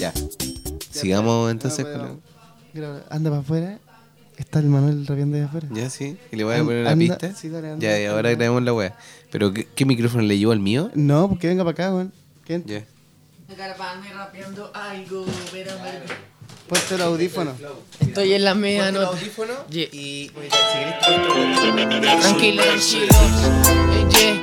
[SPEAKER 2] ya. Sigamos entonces
[SPEAKER 5] Ah,
[SPEAKER 2] con la-
[SPEAKER 5] bueno. Mira, Anda para afuera. Está el Manuel Rabián de afuera.
[SPEAKER 2] Ya, sí. Y le voy a
[SPEAKER 5] An-
[SPEAKER 2] poner una
[SPEAKER 5] anda-
[SPEAKER 2] pista.
[SPEAKER 5] sí, dale, anda.
[SPEAKER 2] ya, y ahora grabemos la wea. Pero, ¿qué, qué micrófono le llevo al mío?
[SPEAKER 5] No, porque venga para acá, weón. ¿Quién?
[SPEAKER 2] Ya.
[SPEAKER 8] Garbanzo rapeando algo, espérame.
[SPEAKER 5] Ponte el audífono.
[SPEAKER 8] Estoy en la media nota. Yeah.
[SPEAKER 2] y...
[SPEAKER 8] Tranquilo, tranquilo. Eh, yeah.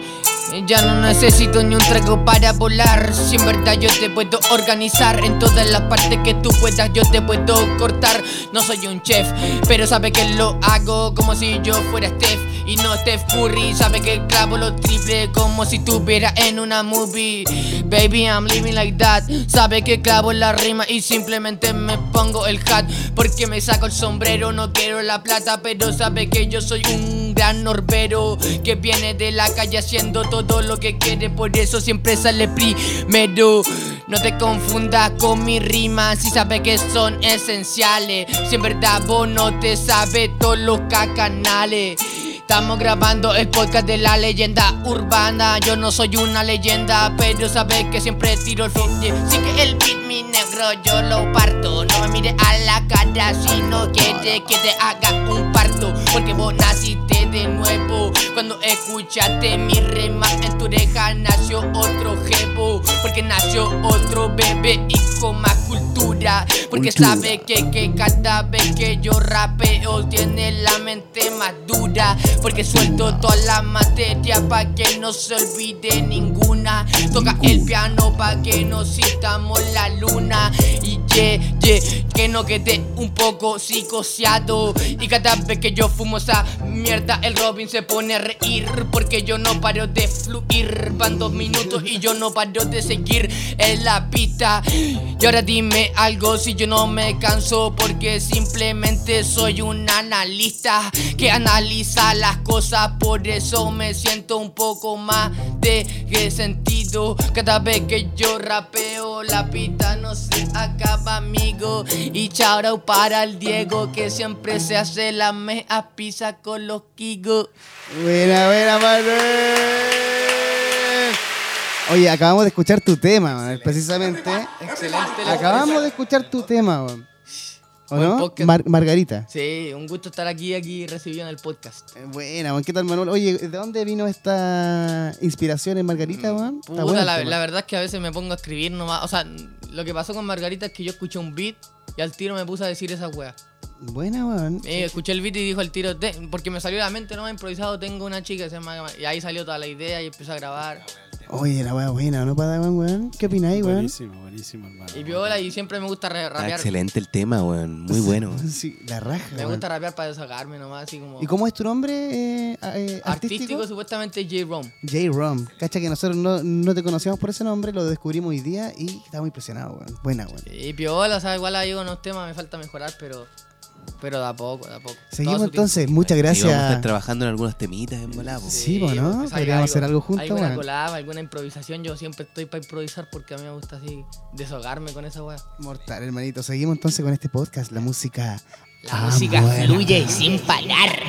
[SPEAKER 8] Ya no necesito ni un trago para volar. Si en verdad yo te puedo organizar en todas las partes que tú puedas, yo te puedo cortar. No soy un chef, pero sabe que lo hago como si yo fuera Steph y no Steph Curry. Sabe que clavo lo triple como si estuviera en una movie. Baby, I'm living like that. Sabe que clavo la rima y simplemente me pongo el hat. Porque me saco el sombrero, no quiero la plata, pero sabe que yo soy un gran norbero que viene de la calle haciendo todo lo que quiere, por eso siempre sale primero. No te confundas con mis rimas si sabes que son esenciales. Si en verdad vos no te sabes todos los cacanales. Estamos grabando el podcast de la leyenda urbana. Yo no soy una leyenda, pero sabes que siempre tiro el fin. Sí que el beat, mi negro, yo lo parto. No me mires a la cara si no quieres que te haga un parto. Porque vos naciste de nuevo. Cuando escuchaste mi rema en tu oreja, nació otro jevo. Porque nació otro bebé y con más cultura. Porque sabe que, que cada vez que yo rapeo tiene la mente más dura. Porque suelto toda la materia pa' que no se olvide ninguna. Toca el piano pa' que nos sintamos la luna. Y yeah, yeah, que no quede un poco psicoseado. Y cada vez que yo fumo esa mierda, el Robin se pone a reír. Porque yo no paro de fluir. Van dos minutos y yo no paro de seguir en la pista. Y ahora dime algo si yo no me canso. Porque simplemente soy un analista que analiza las cosas. Por eso me siento un poco más de sentido. Cada vez que yo rapeo, la pista no se acaba, amigo. Y chao para el Diego que siempre se hace la mea pizza con los kigos.
[SPEAKER 5] Buena, buena, Manuel. Oye, acabamos de escuchar tu tema, Manuel, precisamente.
[SPEAKER 8] Excelente. la
[SPEAKER 5] Acabamos de escuchar tu tema, weón. ¿O
[SPEAKER 8] Buen
[SPEAKER 5] no?
[SPEAKER 8] podcast.
[SPEAKER 5] Mar- Margarita.
[SPEAKER 8] Sí, un gusto estar aquí, aquí recibido en el podcast.
[SPEAKER 5] Eh, Buena, weón. ¿Qué tal, Manuel? Oye, ¿de dónde vino esta inspiración en Margarita, weón? Está
[SPEAKER 8] Mm, Puta,
[SPEAKER 5] bueno el
[SPEAKER 8] la,
[SPEAKER 5] tema.
[SPEAKER 8] la verdad es que a veces me pongo a escribir nomás. O sea, lo que pasó con Margarita es que yo escuché un beat y al tiro me puse a decir esa wea.
[SPEAKER 5] Buena, weón.
[SPEAKER 8] Eh, escuché el beat y dijo al tiro, "Te- porque me salió de la mente nomás improvisado, tengo una chica que se llama... Y ahí salió toda la idea y empecé a grabar.
[SPEAKER 5] Oye, la wea buena, ¿no, Padawan, weón? ¿Qué opináis, weón?
[SPEAKER 6] Buenísimo, buenísimo, hermano.
[SPEAKER 8] Y viola y siempre me gusta ra-
[SPEAKER 2] Está
[SPEAKER 8] rapear.
[SPEAKER 2] Ah, excelente el tema, weón. Muy bueno. weón.
[SPEAKER 5] Sí, la raja.
[SPEAKER 8] Me
[SPEAKER 5] weón.
[SPEAKER 8] gusta rapear para desahogarme nomás, así como.
[SPEAKER 5] ¿Y cómo es tu nombre eh, a- eh,
[SPEAKER 8] artístico,
[SPEAKER 5] artístico?
[SPEAKER 8] supuestamente J-Rom.
[SPEAKER 5] J-Rom. Cacha que nosotros no, no te conocíamos por ese nombre, lo descubrimos hoy día y estamos impresionados, weón. Buena, weón.
[SPEAKER 8] Y viola, o sea, igual hay unos temas, me falta mejorar, pero. Pero da poco, da poco. Todo a
[SPEAKER 5] Seguimos
[SPEAKER 8] su tiempo.
[SPEAKER 5] entonces, muchas
[SPEAKER 2] Y vamos a estar
[SPEAKER 5] gracias.
[SPEAKER 2] trabajando en algunas temitas en volá, po.
[SPEAKER 5] Sí, po, ¿no?
[SPEAKER 8] pues, hay
[SPEAKER 5] Podríamos hacer algo juntos,
[SPEAKER 8] Alguna
[SPEAKER 5] weón.
[SPEAKER 8] collab, alguna improvisación. Yo siempre estoy para improvisar porque a mí me gusta así desahogarme con esa weá.
[SPEAKER 5] Mortal, hermanito. Seguimos entonces con este podcast, la música.
[SPEAKER 8] La
[SPEAKER 5] Ah,
[SPEAKER 8] música
[SPEAKER 5] buena.
[SPEAKER 8] fluye sin parar.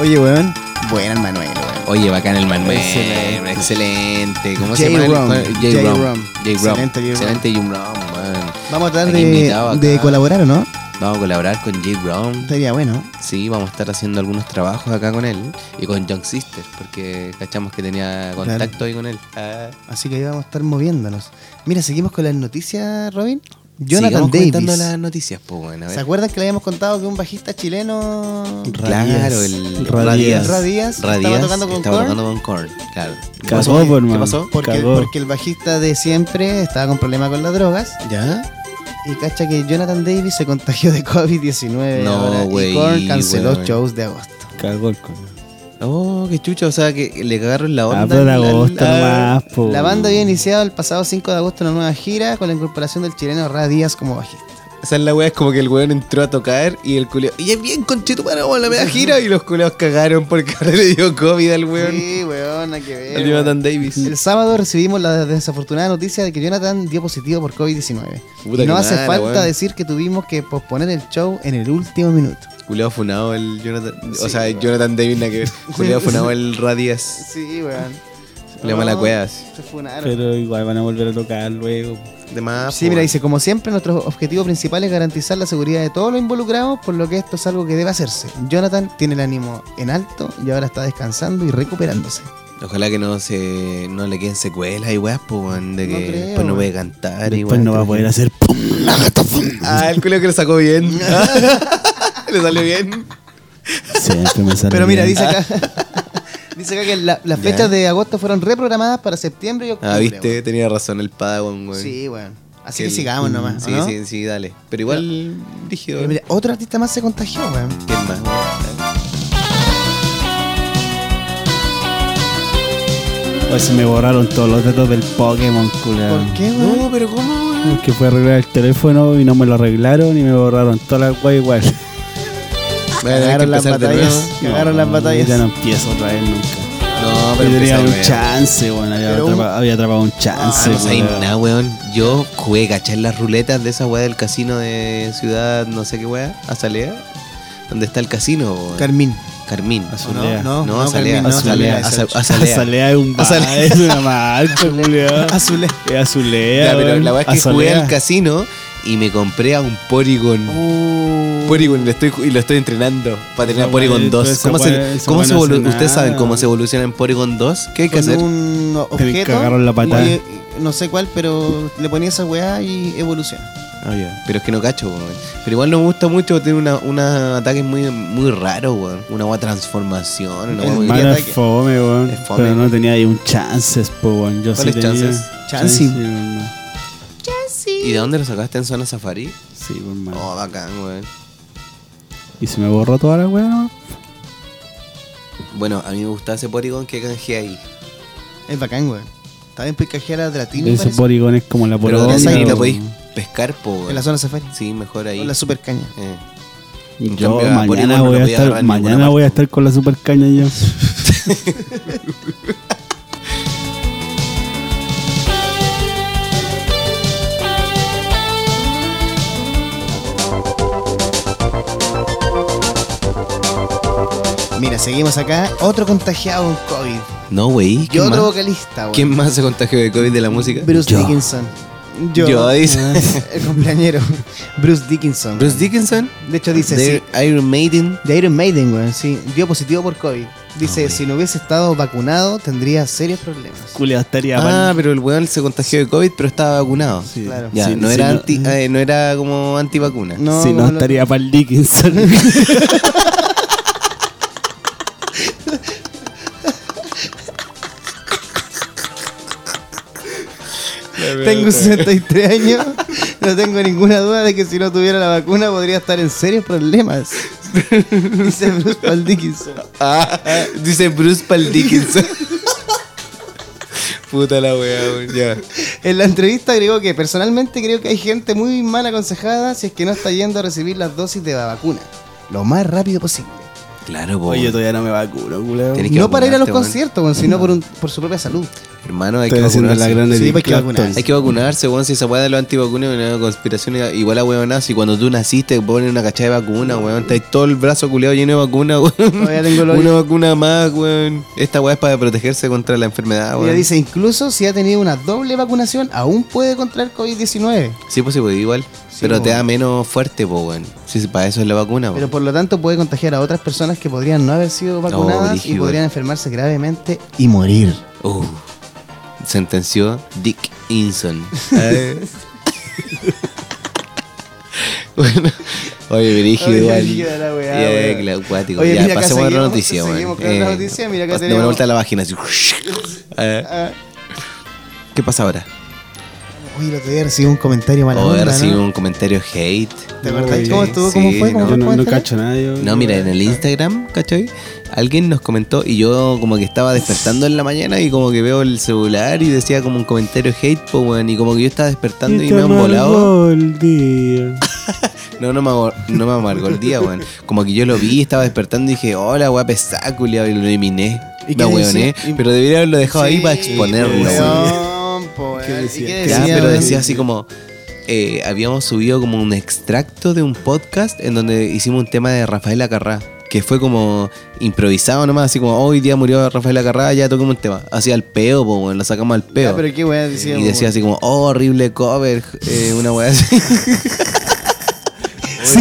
[SPEAKER 5] Oye, weón. Buena el Manuel, weón.
[SPEAKER 2] Oye, bacán el Manuel.
[SPEAKER 5] Excelente.
[SPEAKER 2] Excelente. ¿Cómo se llama? el-
[SPEAKER 5] J-Rom. J-Rom.
[SPEAKER 2] J-Rom. J-Rom.
[SPEAKER 5] Excelente J-Rom.
[SPEAKER 2] Excelente J-Rom, weón.
[SPEAKER 5] Vamos a tratar
[SPEAKER 2] Aquí invitado
[SPEAKER 5] de,
[SPEAKER 2] acá.
[SPEAKER 5] de colaborar, ¿o no?
[SPEAKER 2] Vamos a colaborar con J-Rom.
[SPEAKER 5] Estaría bueno.
[SPEAKER 2] Sí, vamos a estar haciendo algunos trabajos acá con él y con Young Sister, porque cachamos que tenía contacto ahí con él. Ah.
[SPEAKER 5] Así que ahí vamos a estar moviéndonos. Mira, seguimos con las noticias, Robin. Jonathan
[SPEAKER 2] Sigamos comentando
[SPEAKER 5] Davis.
[SPEAKER 2] las noticias, pues bueno. a ver.
[SPEAKER 5] ¿Se acuerdan que le habíamos contado que un bajista chileno
[SPEAKER 2] Claro, el
[SPEAKER 6] Radías.
[SPEAKER 5] Radías estaba
[SPEAKER 2] Radías
[SPEAKER 5] tocando con
[SPEAKER 2] estaba
[SPEAKER 5] Korn?
[SPEAKER 2] tocando con Korn, claro.
[SPEAKER 6] Cagó, po, hermano.
[SPEAKER 2] ¿Qué pasó?
[SPEAKER 5] Porque,
[SPEAKER 6] Cagó.
[SPEAKER 5] porque el bajista de siempre estaba con problemas con las drogas.
[SPEAKER 2] ¿Ya?
[SPEAKER 5] Y cacha que Jonathan Davis se contagió de COVID-19.
[SPEAKER 2] No,
[SPEAKER 5] ahora,
[SPEAKER 2] güey,
[SPEAKER 5] Y Korn canceló
[SPEAKER 2] güey.
[SPEAKER 5] shows de agosto.
[SPEAKER 6] Cagó el coño.
[SPEAKER 2] Oh, qué chucha, o sea que le cagaron la onda.
[SPEAKER 6] Ah, pero de
[SPEAKER 2] la-
[SPEAKER 6] agosto
[SPEAKER 2] la-
[SPEAKER 6] nomás, po.
[SPEAKER 5] La banda había iniciado el pasado 5 de agosto una nueva gira con la incorporación del chileno Radías como bajista.
[SPEAKER 2] O sea, la wea es como que el weón entró a tocar y el culeo. Y es bien conchetumano, weón, la media gira. Y los culeos cagaron porque ahora le dio COVID al weón.
[SPEAKER 5] Sí, weón, hay que ver.
[SPEAKER 2] al
[SPEAKER 5] güey.
[SPEAKER 2] Jonathan Davis.
[SPEAKER 5] El sábado recibimos la desafortunada noticia de que Jonathan dio positivo por COVID-19.
[SPEAKER 2] Puta
[SPEAKER 5] Y no
[SPEAKER 2] que
[SPEAKER 5] hace
[SPEAKER 2] mala,
[SPEAKER 5] falta
[SPEAKER 2] weón.
[SPEAKER 5] decir que tuvimos que posponer el show en el último minuto.
[SPEAKER 2] Culeo funado el Jonathan.
[SPEAKER 5] Sí,
[SPEAKER 2] o sea,
[SPEAKER 5] weón.
[SPEAKER 2] Jonathan Davis, nada que ver. Culeo funado el Radias.
[SPEAKER 5] Sí, weón.
[SPEAKER 2] Le llama la cuevas.
[SPEAKER 5] Se funaron.
[SPEAKER 6] Pero igual van a volver a tocar luego.
[SPEAKER 2] De más.
[SPEAKER 5] Sí,
[SPEAKER 2] po,
[SPEAKER 5] mira,
[SPEAKER 2] weón.
[SPEAKER 5] dice, como siempre, nuestro objetivo principal es garantizar la seguridad de todos los involucrados, por lo que esto es algo que debe hacerse. Jonathan tiene el ánimo en alto y ahora está descansando y recuperándose.
[SPEAKER 2] Ojalá que no se no le queden secuelas y weas, po, weón, de
[SPEAKER 5] No
[SPEAKER 2] que
[SPEAKER 5] creo,
[SPEAKER 2] después no
[SPEAKER 5] weón.
[SPEAKER 2] puede cantar y
[SPEAKER 6] Después
[SPEAKER 2] weón,
[SPEAKER 6] no va a
[SPEAKER 2] creo
[SPEAKER 6] poder
[SPEAKER 2] que-
[SPEAKER 6] hacer pum, la gata pum.
[SPEAKER 2] Ah, el culeo que lo sacó bien. le salió bien.
[SPEAKER 6] Siempre me sale
[SPEAKER 5] Pero mira,
[SPEAKER 6] bien.
[SPEAKER 5] dice acá... Dice acá que la- las
[SPEAKER 2] Ya.
[SPEAKER 5] fechas de agosto fueron reprogramadas para septiembre y octubre.
[SPEAKER 2] Ah, viste,
[SPEAKER 5] weón.
[SPEAKER 2] tenía razón el Padawan, weón.
[SPEAKER 5] Sí, bueno. Así
[SPEAKER 2] Que
[SPEAKER 5] que,
[SPEAKER 2] el-
[SPEAKER 5] sigamos nomás.
[SPEAKER 2] Sí,
[SPEAKER 5] ¿o no?
[SPEAKER 2] sí, sí, dale. Pero igual, rígido.
[SPEAKER 5] Eh, mira, otro artista más se contagió, weón.
[SPEAKER 2] ¿Quién más?
[SPEAKER 6] Pues se me borraron todos los datos del Pokémon, culiao.
[SPEAKER 2] Ah.
[SPEAKER 5] ¿Por qué, weón?
[SPEAKER 2] pero ¿cómo?
[SPEAKER 6] Porque fue a arreglar el teléfono y no me lo arreglaron y me borraron toda la guay igual.
[SPEAKER 5] Cagaron las batallas. Cagaron las batallas.
[SPEAKER 6] Ya no empiezo otra vez nunca.
[SPEAKER 2] No, pero
[SPEAKER 6] Yo tenía
[SPEAKER 2] empezar,
[SPEAKER 6] un
[SPEAKER 2] weón.
[SPEAKER 6] chance, bueno, había,
[SPEAKER 5] Pero un-
[SPEAKER 6] atrapa- había atrapado un chance.
[SPEAKER 2] Ah, no sabéis
[SPEAKER 6] weón.
[SPEAKER 2] nada, weón. Yo jugué cachar las ruletas de esa weá del casino de ciudad, no sé qué weá, Azalea. ¿Dónde está el casino, weón?
[SPEAKER 5] Carmín.
[SPEAKER 2] Carmín.
[SPEAKER 6] Azulea.
[SPEAKER 5] No,
[SPEAKER 2] No,
[SPEAKER 5] no,
[SPEAKER 2] Azalea.
[SPEAKER 5] Carmín, no,
[SPEAKER 2] Azalea.
[SPEAKER 5] Azalea,
[SPEAKER 2] Aza- Azalea.
[SPEAKER 6] Azalea es un bar,
[SPEAKER 2] Azalea.
[SPEAKER 6] es una marca, culiao.
[SPEAKER 5] Azulé.
[SPEAKER 6] Es azulea.
[SPEAKER 2] Ya, pero
[SPEAKER 6] weón.
[SPEAKER 2] la weá es que jugué
[SPEAKER 6] Azalea.
[SPEAKER 2] al casino y me compré a un Porygon.
[SPEAKER 6] Uh.
[SPEAKER 5] Uh.
[SPEAKER 2] Porygon le estoy, y lo estoy entrenando para tener a
[SPEAKER 6] Esa
[SPEAKER 2] Porygon
[SPEAKER 6] weá,
[SPEAKER 2] 2.
[SPEAKER 6] esa
[SPEAKER 2] ¿Cómo
[SPEAKER 6] weá,
[SPEAKER 2] se,
[SPEAKER 6] esa
[SPEAKER 2] cómo
[SPEAKER 6] weá
[SPEAKER 2] se
[SPEAKER 6] no hace
[SPEAKER 2] evolu- Ustedes
[SPEAKER 6] nada.
[SPEAKER 2] saben cómo se evoluciona en Porygon 2. ¿Qué hay que
[SPEAKER 5] Con
[SPEAKER 2] hacer?
[SPEAKER 5] un objeto.
[SPEAKER 6] cagaron la patada.
[SPEAKER 5] y- y- no sé cuál, pero le ponía esa weá y evoluciona.
[SPEAKER 2] Ah, ya. Pero es que no cacho, weón. Pero igual no me gusta mucho, tiene una, una ataque muy, muy raro, weón. Una weá transformación, una weá muy
[SPEAKER 6] Hermano,
[SPEAKER 5] ataque.
[SPEAKER 6] es fome, weón.
[SPEAKER 2] Es fome.
[SPEAKER 6] Pero no tenía ahí un chances, po, weón. Yo sí
[SPEAKER 2] ¿Cuáles
[SPEAKER 6] tenía.
[SPEAKER 2] chances?
[SPEAKER 5] Chancy.
[SPEAKER 6] weón.
[SPEAKER 2] ¿Y de dónde lo sacaste en zona safari?
[SPEAKER 6] Sí, weón, man.
[SPEAKER 2] Oh, bacán, weón.
[SPEAKER 6] Y se me borró toda la weá, ¿no?
[SPEAKER 2] Bueno, a mí me gustaba ese Porygon que canjeé ahí.
[SPEAKER 5] Es bacán, weón. Está bien pues cajera de latín.
[SPEAKER 6] Ese
[SPEAKER 5] parece,
[SPEAKER 6] Porygon es como la
[SPEAKER 2] Pero
[SPEAKER 6] poronga,
[SPEAKER 2] de
[SPEAKER 5] esa
[SPEAKER 2] ahí
[SPEAKER 5] onda,
[SPEAKER 2] lo
[SPEAKER 6] weón.
[SPEAKER 2] podéis pescar, po, weón.
[SPEAKER 5] En la zona safari.
[SPEAKER 2] Sí, mejor ahí.
[SPEAKER 5] Con la super caña.
[SPEAKER 2] Eh. En
[SPEAKER 6] Yo
[SPEAKER 2] cambio, a Porygon
[SPEAKER 6] mañana
[SPEAKER 2] no lo
[SPEAKER 6] voy a
[SPEAKER 2] podía agarrar
[SPEAKER 6] estar,
[SPEAKER 2] en
[SPEAKER 6] mañana
[SPEAKER 2] ninguna
[SPEAKER 6] voy a estar con la super caña yo.
[SPEAKER 5] Mira, seguimos acá. Otro contagiado con COVID.
[SPEAKER 2] No, wey.
[SPEAKER 5] Y
[SPEAKER 2] ¿Quién,
[SPEAKER 5] otro
[SPEAKER 2] más?
[SPEAKER 5] vocalista, weón.
[SPEAKER 2] ¿Quién más se contagió de COVID de la música?
[SPEAKER 5] Bruce
[SPEAKER 6] Yo.
[SPEAKER 5] Dickinson. Yo,
[SPEAKER 2] Yo, dice.
[SPEAKER 5] el compañero Bruce Dickinson.
[SPEAKER 2] Bruce Dickinson,
[SPEAKER 5] De hecho, dice:
[SPEAKER 2] de
[SPEAKER 5] sí,
[SPEAKER 2] Iron Maiden.
[SPEAKER 5] de Iron Maiden, weón, sí, dio positivo por COVID. Dice,
[SPEAKER 1] Hombre.
[SPEAKER 5] si no hubiese estado vacunado, tendría serios problemas.
[SPEAKER 6] Culeado estaría
[SPEAKER 2] Ah,
[SPEAKER 6] mal.
[SPEAKER 2] pero el weón se contagió de COVID, pero estaba vacunado.
[SPEAKER 6] Sí.
[SPEAKER 5] claro.
[SPEAKER 2] Ya,
[SPEAKER 6] Sí,
[SPEAKER 2] no,
[SPEAKER 6] sí,
[SPEAKER 2] era
[SPEAKER 6] no-
[SPEAKER 2] anti- eh, no era como antivacuna.
[SPEAKER 5] No,
[SPEAKER 6] si no,
[SPEAKER 5] como lo-
[SPEAKER 6] estaría para el Dickinson.
[SPEAKER 5] Tengo 63 años, no tengo ninguna duda de que si no tuviera la vacuna podría estar en serios problemas. Dice Bruce Paul Dickinson.
[SPEAKER 2] Ah, ah, dice Bruce Paul Dickinson. Puta la weá, weón. Ya.
[SPEAKER 5] En la entrevista agregó que personalmente creo que hay gente muy mal aconsejada si es que no está yendo a recibir las dosis de la vacuna. Lo más rápido posible.
[SPEAKER 2] Claro, po.
[SPEAKER 6] Oye, todavía no me vacuno, culeado.
[SPEAKER 2] Tenés Hay que
[SPEAKER 5] No para ir a los
[SPEAKER 2] vacunarte, weón.
[SPEAKER 5] conciertos, weón, sino por, un- por su propia salud.
[SPEAKER 2] Hermano, hay que
[SPEAKER 6] Estoy haciendo la
[SPEAKER 2] vacunarse.
[SPEAKER 6] gran
[SPEAKER 5] Sí,
[SPEAKER 6] Eric
[SPEAKER 5] pues hay que
[SPEAKER 6] Clapton.
[SPEAKER 5] vacunarse.
[SPEAKER 2] Hay que vacunarse, weón. Si esa weá de los antivacunas es una conspiración igual a weón. Si cuando tú naciste ponen una cachada de vacuna, weón. Te todo el brazo culeado lleno de vacuna, weón.
[SPEAKER 5] Todavía tengo los-
[SPEAKER 2] Una vacuna más, weón. Esta weá es para protegerse contra la enfermedad,
[SPEAKER 5] Ella
[SPEAKER 2] weón.
[SPEAKER 5] dice, incluso si ha tenido una doble vacunación, aún puede contraer COVID-19.
[SPEAKER 2] Sí, pues sí, pues igual.
[SPEAKER 5] Sí,
[SPEAKER 2] pero te
[SPEAKER 5] po.
[SPEAKER 2] da menos fuerte, po, weón. Sí, sí, para eso es la vacuna,
[SPEAKER 5] Pero
[SPEAKER 2] weón.
[SPEAKER 5] por lo tanto puede contagiar a otras personas que podrían no haber sido vacunadas y
[SPEAKER 2] brígido.
[SPEAKER 5] podrían enfermarse gravemente y morir.
[SPEAKER 2] Uh, sentenció Dick Inson. bueno, oye, brígido
[SPEAKER 5] Oye,
[SPEAKER 2] igual.
[SPEAKER 5] brígida la weá,
[SPEAKER 2] Ya,
[SPEAKER 5] weón.
[SPEAKER 2] cla- acuático.
[SPEAKER 5] Oye,
[SPEAKER 2] ya,
[SPEAKER 5] mira, acá
[SPEAKER 2] pasemos a otra
[SPEAKER 5] seguimos-
[SPEAKER 2] noticia, weón.
[SPEAKER 5] seguimos con otra noticia, mira, acá
[SPEAKER 2] pas-
[SPEAKER 5] tenemos-
[SPEAKER 2] dame vuelta a la página. así. Eh,
[SPEAKER 5] Ah,
[SPEAKER 2] ¿Qué pasa ahora?
[SPEAKER 5] Oye, el otro día recibí un comentario mala
[SPEAKER 2] Oh,
[SPEAKER 5] onda, ¿no?
[SPEAKER 2] recibí un comentario hate.
[SPEAKER 5] ¿Te acordás
[SPEAKER 6] Uy,
[SPEAKER 5] cómo estuvo? ¿Cómo
[SPEAKER 2] sí,
[SPEAKER 5] fue? ¿Cómo
[SPEAKER 6] Yo no,
[SPEAKER 5] fue?
[SPEAKER 6] no
[SPEAKER 5] Cuéntale.
[SPEAKER 6] cacho nada. Yo,
[SPEAKER 2] No, mira, en el Instagram, ¿cachai? Alguien nos comentó y yo como que estaba despertando en la mañana y como que veo el celular y decía como un comentario hate, pues, weón. Y como que yo estaba despertando y me han volado.
[SPEAKER 6] El día.
[SPEAKER 2] No, no me, amor- no me amargó el día, weón. Como que yo lo vi, estaba despertando y dije, hola, weá, pesá, culiao", y lo eliminé.
[SPEAKER 5] ¿Y
[SPEAKER 2] Me
[SPEAKER 5] qué
[SPEAKER 2] weoné,
[SPEAKER 5] decía?
[SPEAKER 2] pero debería haberlo dejado ahí
[SPEAKER 5] Sí,
[SPEAKER 2] para exponerlo,
[SPEAKER 5] pues,
[SPEAKER 2] weón.
[SPEAKER 5] weón, po, weón.
[SPEAKER 6] ¿Qué
[SPEAKER 5] ¿Y
[SPEAKER 6] decía?
[SPEAKER 5] qué
[SPEAKER 6] Ya,
[SPEAKER 2] Ya,
[SPEAKER 5] decía,
[SPEAKER 2] pero
[SPEAKER 5] weón?
[SPEAKER 2] decía así como. eh, habíamos subido como un extracto de un podcast en donde hicimos un tema de Rafael Acarrá, que fue como improvisado nomás, así como hoy día murió Rafael Acarrá, ya toquemos un tema. Así al peo, po, weón, lo sacamos al peo.
[SPEAKER 5] Ya, pero qué weón decía.
[SPEAKER 2] y decía
[SPEAKER 5] weón.
[SPEAKER 2] así como, oh, horrible cover, eh, una weá así.
[SPEAKER 6] Sí.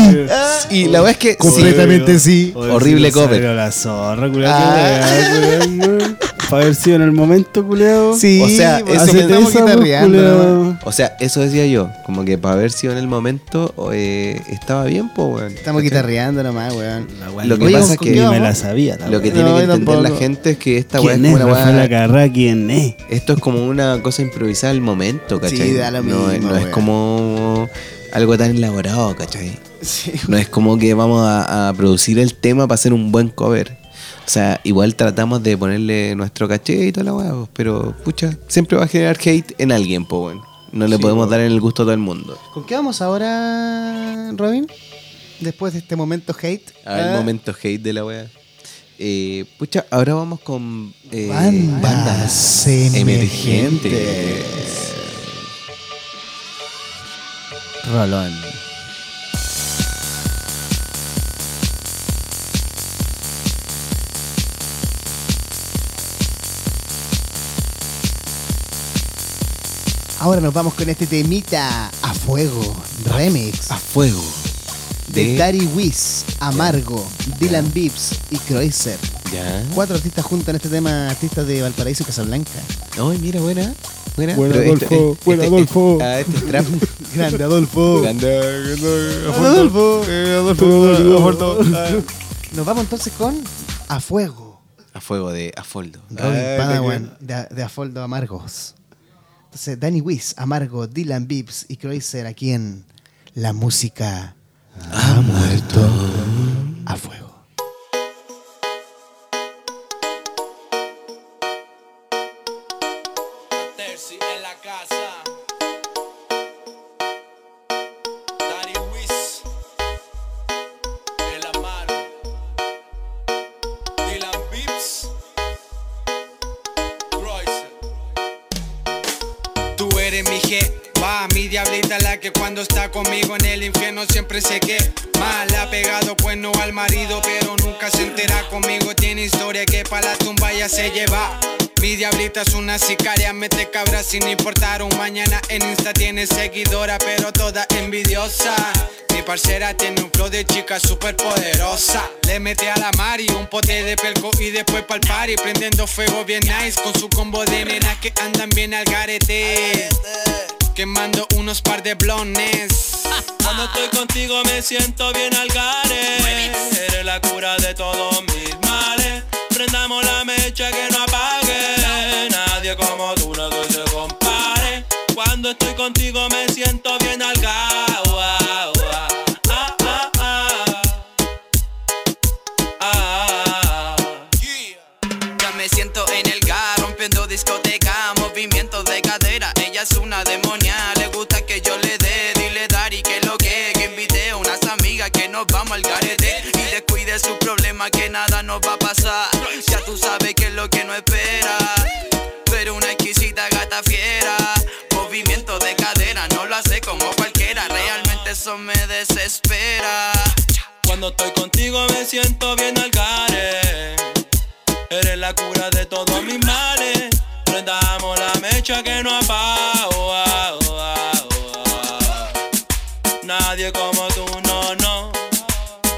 [SPEAKER 2] y la weá es que.
[SPEAKER 5] Completamente sí.
[SPEAKER 2] Horrible cover.
[SPEAKER 6] Pero la zorra, culeado.
[SPEAKER 5] Ah.
[SPEAKER 6] Para haber sido en el momento, culeado.
[SPEAKER 5] Sí,
[SPEAKER 2] O sea,
[SPEAKER 5] pues,
[SPEAKER 2] eso
[SPEAKER 5] si
[SPEAKER 6] Hacete
[SPEAKER 5] estamos
[SPEAKER 6] esa, pues,
[SPEAKER 5] guitarreando,
[SPEAKER 6] culeado.
[SPEAKER 5] nomás.
[SPEAKER 2] O sea, eso decía yo, como que para haber sido en el momento eh, estaba bien, po, weón.
[SPEAKER 5] Estamos
[SPEAKER 2] ¿Cachai?
[SPEAKER 5] guitarreando nomás, weón.
[SPEAKER 6] Este- La weá,
[SPEAKER 2] Lo que
[SPEAKER 6] ni-
[SPEAKER 2] pasa es
[SPEAKER 6] ni
[SPEAKER 2] que-
[SPEAKER 6] me la sabía. La
[SPEAKER 2] Lo que
[SPEAKER 6] weá.
[SPEAKER 2] tiene
[SPEAKER 5] No,
[SPEAKER 2] que
[SPEAKER 5] yo
[SPEAKER 2] entender la
[SPEAKER 5] tampoco.
[SPEAKER 2] gente es que esta weá es
[SPEAKER 6] ¿Quién
[SPEAKER 2] como
[SPEAKER 6] es
[SPEAKER 2] una
[SPEAKER 6] Rafael
[SPEAKER 2] weá.
[SPEAKER 6] Acarrá? ¿Quién es?
[SPEAKER 2] Esto es como una cosa improvisada al momento, ¿cachai?
[SPEAKER 5] Sí, da lo
[SPEAKER 2] no, es-
[SPEAKER 5] mismo,
[SPEAKER 2] no es
[SPEAKER 5] weón.
[SPEAKER 2] como algo tan elaborado, ¿cachai?
[SPEAKER 5] Sí,
[SPEAKER 2] No es como que vamos a, a producir el tema para hacer un buen cover. O sea, igual tratamos de ponerle nuestro caché y toda la weá, pues, pero pucha, siempre va a generar hate en alguien, po, weón. No le
[SPEAKER 5] Sí,
[SPEAKER 2] podemos
[SPEAKER 5] po.
[SPEAKER 2] dar en el gusto a todo el mundo.
[SPEAKER 5] ¿Con qué vamos ahora, Robin? Después de este momento hate.
[SPEAKER 2] A ver,
[SPEAKER 5] Ah,
[SPEAKER 2] momento hate de la weá. Eh, pucha, ahora vamos con eh,
[SPEAKER 5] Bandas
[SPEAKER 2] bandas
[SPEAKER 5] emergentes.
[SPEAKER 2] emergentes. Rolón.
[SPEAKER 5] Ahora nos vamos con este temita a fuego, remix,
[SPEAKER 2] A fuego.
[SPEAKER 5] de
[SPEAKER 2] de-
[SPEAKER 5] Gary Wiz, Amargo, Dylan Bibbs y Croiser.
[SPEAKER 2] Ya.
[SPEAKER 5] Cuatro artistas juntos en este tema, artistas de Valparaíso y Casablanca.
[SPEAKER 2] Ay, mira, buena. Buena,
[SPEAKER 6] Buena,
[SPEAKER 2] Pero
[SPEAKER 6] Adolfo, buena, Adolfo.
[SPEAKER 2] ah, este es trap.
[SPEAKER 5] Grande Adolfo.
[SPEAKER 2] Grande,
[SPEAKER 5] Adolfo.
[SPEAKER 6] Adolfo,
[SPEAKER 5] Nos vamos entonces con A Fuego.
[SPEAKER 2] A fuego de Afoldo.
[SPEAKER 5] Robin Padawan de, de Afoldo Amargos. Entonces, Danny Wiz, Amargo, Dylan Bibbs y Croiser aquí en La Música ha muerto a fuego.
[SPEAKER 7] Terci en la casa. Daddy Wiz. El Amaro. Dylan Bips. Royce.
[SPEAKER 3] Tú eres mi G, va mi diablita la que cuando está conmigo en el infierno siempre se que mal ha pegado bueno al marido pero nunca se entera conmigo tiene historia que para la tumba ya se lleva.
[SPEAKER 10] Mi diablita es una sicaria, mete cabra sin importar un mañana. En Insta tiene seguidora, pero toda envidiosa. Mi parcera tiene un flow de chica super poderosa. Le mete a la Mari un pote de pelco y después pa'l party. Prendiendo fuego bien nice con su combo de nenas que andan bien al garete. Quemando unos par de blones.
[SPEAKER 11] Cuando estoy contigo me siento bien al gare. Eres la cura de todos mis males. Prendamos la mecha que no apague. Nadie como tú no que se compare. Cuando estoy contigo me siento bien al gare. Guau, guau. Ah, ah, ah. Ah, ah, ah.
[SPEAKER 7] Ya me siento en el gas, rompiendo discoteca, movimientos de cadera. Ella es una demonia, le gusta que yo le dé, dile Dari que lo que, que invite a unas amigas que nos vamos al garete. Y descuide su problema que nada nos va a pasar. Ya tú sabes que es lo que no espera. Pero una exquisita gata fiera, movimiento de cadera, no lo hace como cualquiera. Realmente eso me desespera.
[SPEAKER 11] Cuando estoy contigo me siento bien al gare. Eres la cura de todos mis males. Prendamos la mecha que no apaga. oh, oh, oh, oh. Nadie como tú, no, no.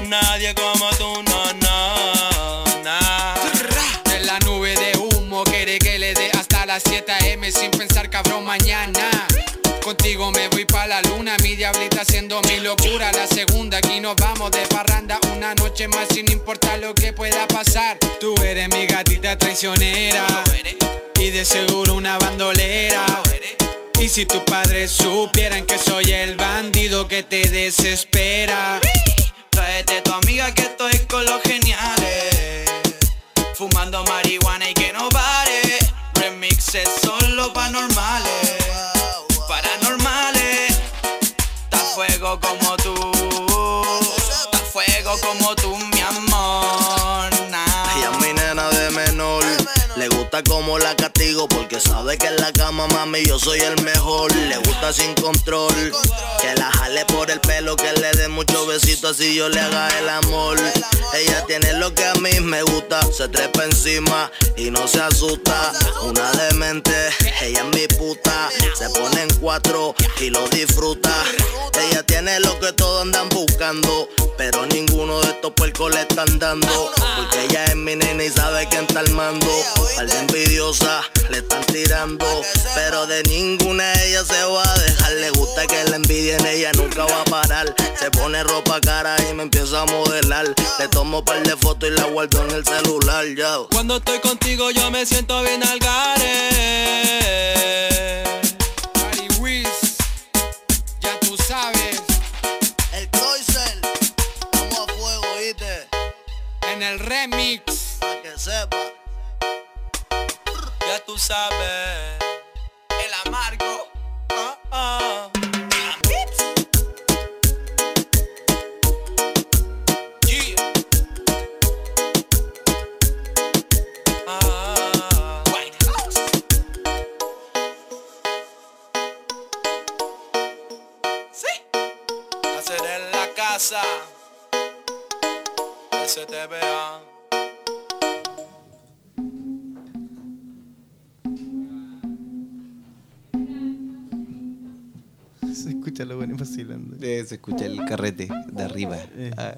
[SPEAKER 11] Nadie como tú, no, no. Nah.
[SPEAKER 10] De la nube de humo quiere que le dé hasta las 7 a.m. sin pensar cabrón mañana. Contigo me voy pa' la luna, mi diablita haciendo mi locura. La segunda, aquí nos vamos de parranda. Una noche más sin importar lo que pueda pasar. Tú eres mi gatita traicionera. Y de seguro una bandolera. Y si tus padres supieran que soy el bandido que te desespera.
[SPEAKER 7] Tráete tu amiga que estoy con los geniales. Fumando marihuana y que no pare. Remixes solo panormales. Paranormales. Está fuego como tú. Está fuego como tú, mi amor. Nah.
[SPEAKER 12] Ella es mi nena de menor. Le gusta como la castigo porque sabe que en la cama, mami, yo soy el mejor. Le gusta sin control. Que la jale por el pelo, que le dé muchos besitos así yo le haga el amor. Ella tiene lo que a mí me gusta. Se trepa encima y no se asusta. Una demente, ella es mi puta. Se pone en cuatro y lo disfruta. Ella tiene lo que todos andan buscando. Pero ninguno de estos puercos le están dando. Porque ella es mi nena y sabe quién está al mando. Al de envidiosa le están tirando. Pero de ninguna ella se va a dejar. Le gusta que la envidien, ella nunca va a parar. Se pone ropa cara y me empieza a modelar. Le tomo par de fotos y la guardo en el celular, yo.
[SPEAKER 11] Cuando estoy contigo yo me siento bien al gare.
[SPEAKER 10] Ari Wiz, ya tú sabes,
[SPEAKER 12] El Cloisel, estamos a fuego, ¿viste?
[SPEAKER 10] en el remix.
[SPEAKER 12] Para que sepa.
[SPEAKER 11] Ya tú sabes.
[SPEAKER 7] El amargo.
[SPEAKER 11] Ah, ah.
[SPEAKER 7] Yeah.
[SPEAKER 11] Ah.
[SPEAKER 7] White House. Sí.
[SPEAKER 11] Hacer en la casa. STBA.
[SPEAKER 5] Se escucha lo bueno vacilando.
[SPEAKER 2] Eh, se escucha el carrete de arriba.
[SPEAKER 6] Eh.
[SPEAKER 2] Ah,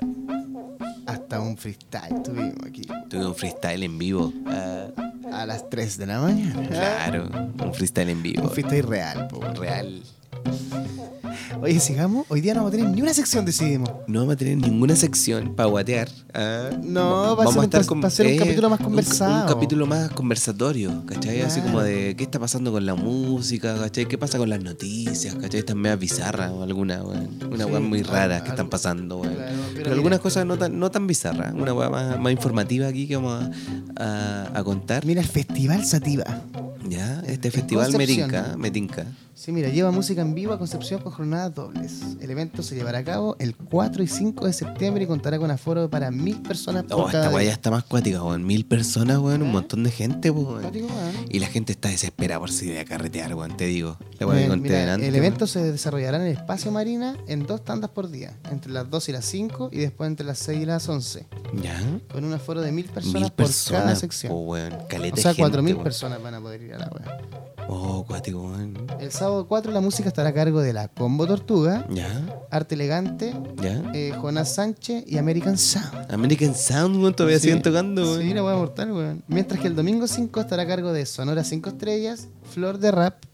[SPEAKER 5] Hasta un freestyle tuvimos aquí.
[SPEAKER 2] tuve un freestyle en vivo. Ah,
[SPEAKER 5] A las 3 de la mañana.
[SPEAKER 6] Ah.
[SPEAKER 2] claro, un freestyle en vivo.
[SPEAKER 5] Un freestyle real, po.
[SPEAKER 2] real.
[SPEAKER 5] Oye, sigamos. Hoy día no vamos a tener ni una sección, decidimos.
[SPEAKER 2] No vamos a tener ninguna sección para guatear. Ah,
[SPEAKER 5] No, va
[SPEAKER 2] va-
[SPEAKER 5] a ser un-
[SPEAKER 2] con- eh,
[SPEAKER 5] va a ser un capítulo más
[SPEAKER 2] un ca- Un,
[SPEAKER 5] conversado.
[SPEAKER 2] capítulo más conversatorio, ¿cachai? Así
[SPEAKER 5] Claro.
[SPEAKER 2] como de qué está pasando con la música, ¿cachai? ¿Qué pasa con las noticias, ¿cachai? Estas medias bizarras o alguna, weón. Una
[SPEAKER 5] Sí,
[SPEAKER 2] weón muy rara que
[SPEAKER 5] algo-
[SPEAKER 2] están pasando, weón.
[SPEAKER 5] Claro,
[SPEAKER 2] pero
[SPEAKER 5] pero mira.
[SPEAKER 2] algunas cosas no tan, no tan bizarras. Una weón más, más informativa aquí que vamos a, a- a contar.
[SPEAKER 5] Mira el Festival Sativa.
[SPEAKER 2] Ya. Ya, este
[SPEAKER 5] en
[SPEAKER 2] festival
[SPEAKER 5] Concepción.
[SPEAKER 2] Merinca, Metinca.
[SPEAKER 5] Sí, mira, lleva música en vivo a Concepción con jornadas dobles. El evento se llevará a cabo el 4 y 5 de septiembre y contará con aforo para mil personas por
[SPEAKER 2] Oh, esta
[SPEAKER 5] cada
[SPEAKER 2] weá ya
[SPEAKER 5] día.
[SPEAKER 2] está más cuática, weón. Mil personas,
[SPEAKER 5] ¿Eh?
[SPEAKER 2] weón, un montón de gente, weón.
[SPEAKER 5] Cuático, weón.
[SPEAKER 2] Y la gente está desesperada por si de a carretear, weón, te digo. La weá que
[SPEAKER 5] Eh,
[SPEAKER 2] conté
[SPEAKER 5] mira,
[SPEAKER 2] delante,
[SPEAKER 5] el
[SPEAKER 2] weón.
[SPEAKER 5] evento se desarrollará en el espacio marina en dos tandas por día, entre las 2 y las 5 y después entre las 6 y las 11,
[SPEAKER 2] Ya.
[SPEAKER 5] con un aforo de mil personas,
[SPEAKER 2] Mil
[SPEAKER 5] por cada
[SPEAKER 2] personas,
[SPEAKER 5] sección.
[SPEAKER 2] po, weón. Caleta
[SPEAKER 5] o sea,
[SPEAKER 2] de gente,
[SPEAKER 5] 4.000
[SPEAKER 2] weón.
[SPEAKER 5] personas van a poder ir a la web.
[SPEAKER 2] Oh, cuático, weón.
[SPEAKER 5] El sábado 4 la música estará a cargo de la Combo Tortuga,
[SPEAKER 2] Ya,
[SPEAKER 5] Arte Elegante,
[SPEAKER 2] ya.
[SPEAKER 5] eh, Jonás Sánchez y American Sound.
[SPEAKER 2] American Sound, weón, todavía
[SPEAKER 5] Sí.
[SPEAKER 2] siguen tocando, weón.
[SPEAKER 5] Sí, la voy a mortal, weón. Mientras que el domingo 5 estará a cargo de Sonora 5 Estrellas, Flor de Rap,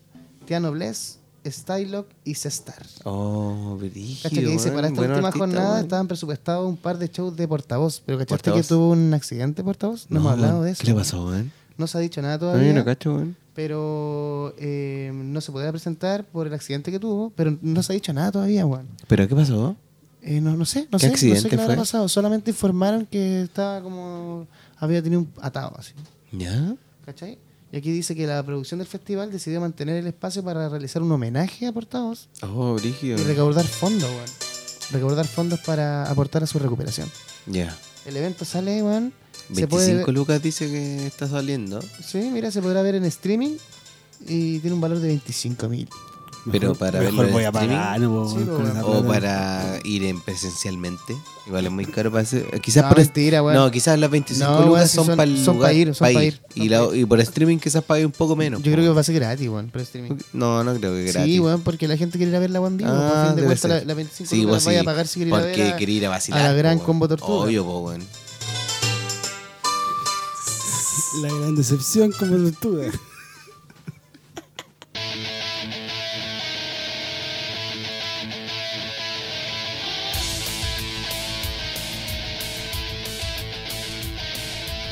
[SPEAKER 5] Tiano Bless, Stylock y Cestar.
[SPEAKER 2] Oh, brígido,
[SPEAKER 5] Cacha que dice,
[SPEAKER 2] weón,
[SPEAKER 5] para esta
[SPEAKER 2] buen
[SPEAKER 5] última
[SPEAKER 2] artista,
[SPEAKER 5] jornada
[SPEAKER 2] weón.
[SPEAKER 5] estaban presupuestados un par de shows de portavoz, pero ¿cachaste
[SPEAKER 2] Portavoz.
[SPEAKER 5] que tuvo un accidente portavoz? No, hemos
[SPEAKER 2] weón,
[SPEAKER 5] hablado de eso.
[SPEAKER 2] ¿Qué le pasó, weón?
[SPEAKER 5] No se ha dicho nada
[SPEAKER 2] No, yo
[SPEAKER 5] todavía.
[SPEAKER 2] no cacho, weón.
[SPEAKER 5] pero eh, no se podía presentar por el accidente que tuvo, pero no se ha dicho nada todavía, weón.
[SPEAKER 2] ¿Pero qué pasó?
[SPEAKER 5] Eh, no, no sé, no
[SPEAKER 2] ¿Qué
[SPEAKER 5] sé, no sé
[SPEAKER 2] accidente
[SPEAKER 5] qué le habrá
[SPEAKER 2] fue?
[SPEAKER 5] pasado. Solamente informaron que estaba como... Había tenido un atado, así.
[SPEAKER 2] ¿Ya?
[SPEAKER 5] ¿Cachai? Y aquí dice que la producción del festival decidió mantener el espacio para realizar un homenaje a portavoz
[SPEAKER 2] Oh, brígido.
[SPEAKER 5] y recaudar fondos, weón. Recaudar fondos para aportar a su recuperación.
[SPEAKER 2] Ya.
[SPEAKER 5] El evento sale, weón. Se
[SPEAKER 2] 25
[SPEAKER 5] puede ver-
[SPEAKER 2] lucas dice que está saliendo.
[SPEAKER 5] sí, mira, se podrá ver en streaming y tiene un valor de 25 mil.
[SPEAKER 2] Pero para
[SPEAKER 6] mejor
[SPEAKER 2] verlo en
[SPEAKER 6] voy a
[SPEAKER 2] streaming,
[SPEAKER 6] pagar, no puedo
[SPEAKER 5] Sí,
[SPEAKER 6] con
[SPEAKER 5] pues,
[SPEAKER 6] esa
[SPEAKER 2] O
[SPEAKER 6] plata.
[SPEAKER 2] para ir en presencialmente. Igual es muy caro para hacer. eh, Quizás
[SPEAKER 5] No,
[SPEAKER 2] por est-
[SPEAKER 5] mentira, weón.
[SPEAKER 2] No, quizás las 25
[SPEAKER 5] No, weón,
[SPEAKER 2] lucas
[SPEAKER 5] si
[SPEAKER 2] son,
[SPEAKER 5] son-
[SPEAKER 2] para el
[SPEAKER 5] son
[SPEAKER 2] lugar,
[SPEAKER 5] pa' ir, son
[SPEAKER 2] pa'
[SPEAKER 5] pa'
[SPEAKER 2] ir.
[SPEAKER 5] ir,
[SPEAKER 2] Y,
[SPEAKER 5] son
[SPEAKER 2] la-
[SPEAKER 5] pa' ir.
[SPEAKER 2] y por streaming quizás pague un poco menos.
[SPEAKER 5] Yo
[SPEAKER 2] po.
[SPEAKER 5] creo que va a ser gratis, weón, por streaming.
[SPEAKER 2] No, no creo que gratis. Ah,
[SPEAKER 5] Sí, weón, porque la gente quiere ir a ver la One Vivo. por fin de
[SPEAKER 2] debe
[SPEAKER 5] cuentas, la,
[SPEAKER 2] ser.
[SPEAKER 5] la 25
[SPEAKER 2] Sí,
[SPEAKER 5] lucas
[SPEAKER 2] vos
[SPEAKER 5] la vaya a
[SPEAKER 2] sí,
[SPEAKER 5] pagar si quiere ir a ver.
[SPEAKER 2] Porque
[SPEAKER 5] a-
[SPEAKER 2] quería ir a vacilar.
[SPEAKER 5] la gran
[SPEAKER 2] po, weón.
[SPEAKER 5] combo tortuga.
[SPEAKER 2] Obvio, po, weón.
[SPEAKER 6] La gran decepción como tortuga.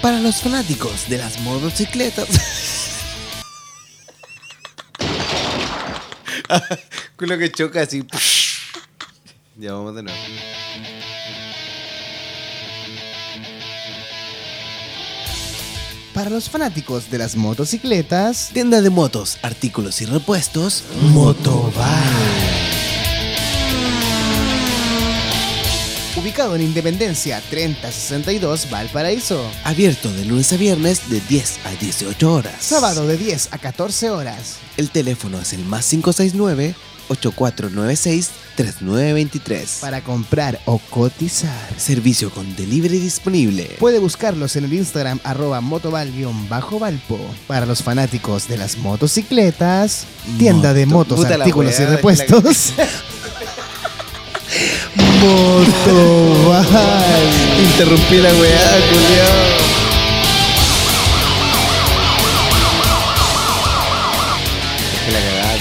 [SPEAKER 2] Para los fanáticos de las motocicletas. Con lo que choca así. ya vamos de nuevo.
[SPEAKER 5] Para los fanáticos de las motocicletas,
[SPEAKER 2] Tienda de motos, artículos y repuestos, Motoval.
[SPEAKER 5] ubicado en Independencia 3062 Valparaíso.
[SPEAKER 2] Abierto de lunes a viernes de 10 a 18 horas.
[SPEAKER 5] Sábado de 10 a 14 horas.
[SPEAKER 2] El teléfono es el más 569-8496-3923.
[SPEAKER 5] Para comprar o cotizar.
[SPEAKER 2] Servicio con delivery disponible.
[SPEAKER 5] Puede buscarlos en el Instagram arroba motoval-valpo. Para los fanáticos de las motocicletas, tienda de
[SPEAKER 2] Moto-
[SPEAKER 5] motos,
[SPEAKER 2] puta la
[SPEAKER 5] artículos y
[SPEAKER 2] weá,
[SPEAKER 5] repuestos. Motoval.
[SPEAKER 2] Interrumpí la weá, culiao.
[SPEAKER 5] Pues,
[SPEAKER 2] Que la cagada,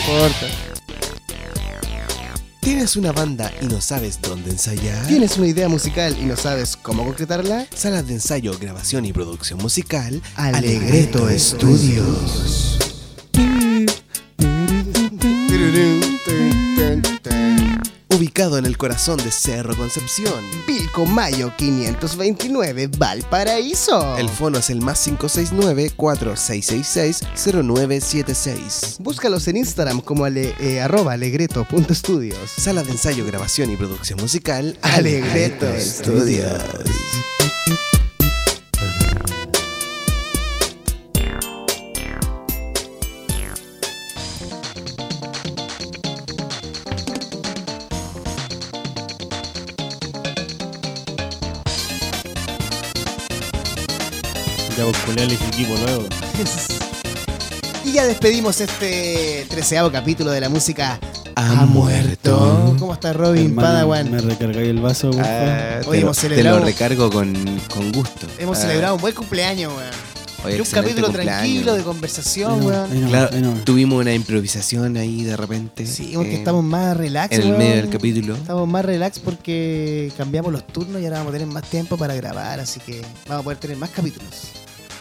[SPEAKER 2] culiao. ¿Tienes una banda y no sabes dónde ensayar?
[SPEAKER 5] ¿Tienes una idea musical y no sabes cómo concretarla?
[SPEAKER 2] Salas de ensayo, grabación y producción musical.
[SPEAKER 5] Alegreto Estudios.
[SPEAKER 2] Ubicado en el corazón de Cerro Concepción.
[SPEAKER 5] Pilco Mayo 529 Valparaíso.
[SPEAKER 2] El fono es el más 569-4666-0976.
[SPEAKER 5] Búscalos en Instagram como ale, eh, arroba alegreto.studios.
[SPEAKER 2] Sala de ensayo, grabación y producción musical.
[SPEAKER 5] Alegreto
[SPEAKER 2] Estudios.
[SPEAKER 6] Ya vos culiao, elegí equipo nuevo.
[SPEAKER 5] Y ya despedimos este treceavo capítulo de la música
[SPEAKER 2] Ha muerto.
[SPEAKER 5] ¿Cómo está Robin
[SPEAKER 6] Hermano,
[SPEAKER 5] Padawan?
[SPEAKER 6] Me recargáis el vaso, por favor.
[SPEAKER 2] Ah,
[SPEAKER 5] Hoy
[SPEAKER 2] te, lo,
[SPEAKER 5] hemos
[SPEAKER 2] te lo
[SPEAKER 5] celebrado-
[SPEAKER 2] recargo con, con gusto.
[SPEAKER 5] Hemos
[SPEAKER 2] Ah,
[SPEAKER 5] celebrado un buen cumpleaños, weón.
[SPEAKER 2] hoy
[SPEAKER 5] Y un
[SPEAKER 2] excelente
[SPEAKER 5] capítulo
[SPEAKER 2] cumpleaños.
[SPEAKER 5] tranquilo de conversación,
[SPEAKER 6] Ahí no,
[SPEAKER 5] weón.
[SPEAKER 6] ahí no,
[SPEAKER 2] Claro,
[SPEAKER 6] ahí no.
[SPEAKER 2] tuvimos una improvisación ahí de repente.
[SPEAKER 5] Sí, porque
[SPEAKER 2] eh,
[SPEAKER 5] estamos más relax,
[SPEAKER 2] en el
[SPEAKER 5] weón.
[SPEAKER 2] medio del capítulo.
[SPEAKER 5] Estamos más relax porque cambiamos los turnos y ahora vamos a tener más tiempo para grabar, así que vamos a poder tener más capítulos.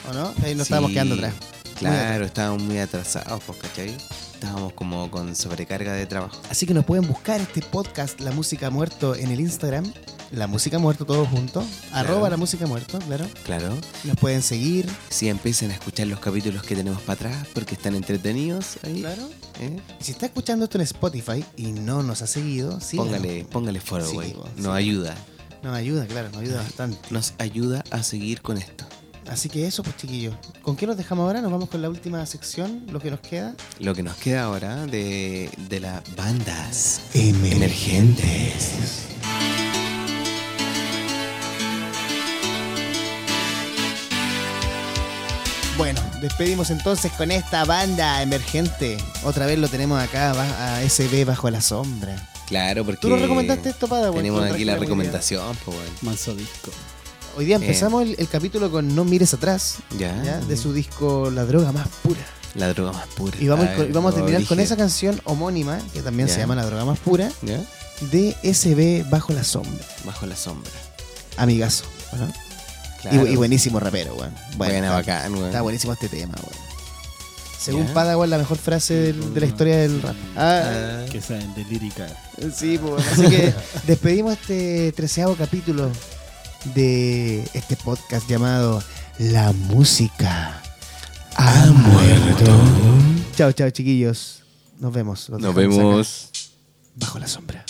[SPEAKER 5] ¿O no? Ahí nos
[SPEAKER 2] Sí,
[SPEAKER 5] estábamos quedando atrás.
[SPEAKER 2] Claro, estábamos muy atrasados, pues, ¿cachai? Estábamos como con sobrecarga de trabajo.
[SPEAKER 5] Así que nos pueden buscar este podcast La Música Muerto en el Instagram. La música muerto todo junto. Arroba la música muerto, claro.
[SPEAKER 2] Claro.
[SPEAKER 5] Nos pueden seguir.
[SPEAKER 2] Si empiezan a escuchar los capítulos que tenemos para atrás porque están entretenidos ahí.
[SPEAKER 5] Claro.
[SPEAKER 2] ¿eh?
[SPEAKER 5] Si está escuchando esto en Spotify y no nos ha seguido, sí.
[SPEAKER 2] Póngale, póngale follow,
[SPEAKER 5] Sí,
[SPEAKER 2] güey.
[SPEAKER 5] po,
[SPEAKER 2] Nos
[SPEAKER 5] sí.
[SPEAKER 2] ayuda.
[SPEAKER 5] Nos ayuda, claro, nos ayuda bastante.
[SPEAKER 2] Nos ayuda a seguir con esto.
[SPEAKER 5] Así que eso, pues chiquillos. ¿Con qué nos dejamos ahora? Nos vamos con la última sección, lo que nos queda.
[SPEAKER 2] Lo que nos queda ahora de, de las bandas
[SPEAKER 5] Emergentes.
[SPEAKER 2] emergentes.
[SPEAKER 5] Bueno, despedimos entonces con esta banda emergente. Otra vez lo tenemos acá, va- a SB bajo la sombra.
[SPEAKER 2] Claro, porque.
[SPEAKER 5] Tú nos recomendaste esto, Pada, güey,
[SPEAKER 2] Tenemos
[SPEAKER 5] con
[SPEAKER 2] aquí la
[SPEAKER 5] Regina
[SPEAKER 2] recomendación, pues, güey.
[SPEAKER 6] Manso disco.
[SPEAKER 5] Hoy día
[SPEAKER 2] Eh.
[SPEAKER 5] empezamos el, el capítulo con No mires atrás,
[SPEAKER 2] Ya.
[SPEAKER 5] ¿ya? de su disco La droga más pura.
[SPEAKER 2] La droga más pura.
[SPEAKER 5] Y vamos,
[SPEAKER 2] Ay,
[SPEAKER 5] con- y vamos a
[SPEAKER 2] como
[SPEAKER 5] terminar con
[SPEAKER 2] dije.
[SPEAKER 5] esa canción homónima, que también
[SPEAKER 2] Ya.
[SPEAKER 5] se llama La droga más pura,
[SPEAKER 2] ¿Ya?
[SPEAKER 5] de SB bajo la sombra.
[SPEAKER 2] Bajo la sombra.
[SPEAKER 5] Amigazo, ¿o ¿no?
[SPEAKER 2] Claro.
[SPEAKER 5] Y bu- Y, buenísimo rapero, weón. Bueno,
[SPEAKER 2] Buena,
[SPEAKER 5] está-
[SPEAKER 2] bacán, weón.
[SPEAKER 5] Está buenísimo este tema, weón. Según
[SPEAKER 2] Ya.
[SPEAKER 5] Padawan, la mejor frase del- de la historia del rap. Ah,
[SPEAKER 2] Ah,
[SPEAKER 6] Que saben de lírica.
[SPEAKER 5] sí, pues, bueno, así que despedimos este treceavo capítulo de este podcast llamado La música ha muerto. Chao, chao, chiquillos. Nos vemos. Los
[SPEAKER 2] Nos
[SPEAKER 5] dejamos acá,
[SPEAKER 2] vemos.
[SPEAKER 5] bajo la sombra.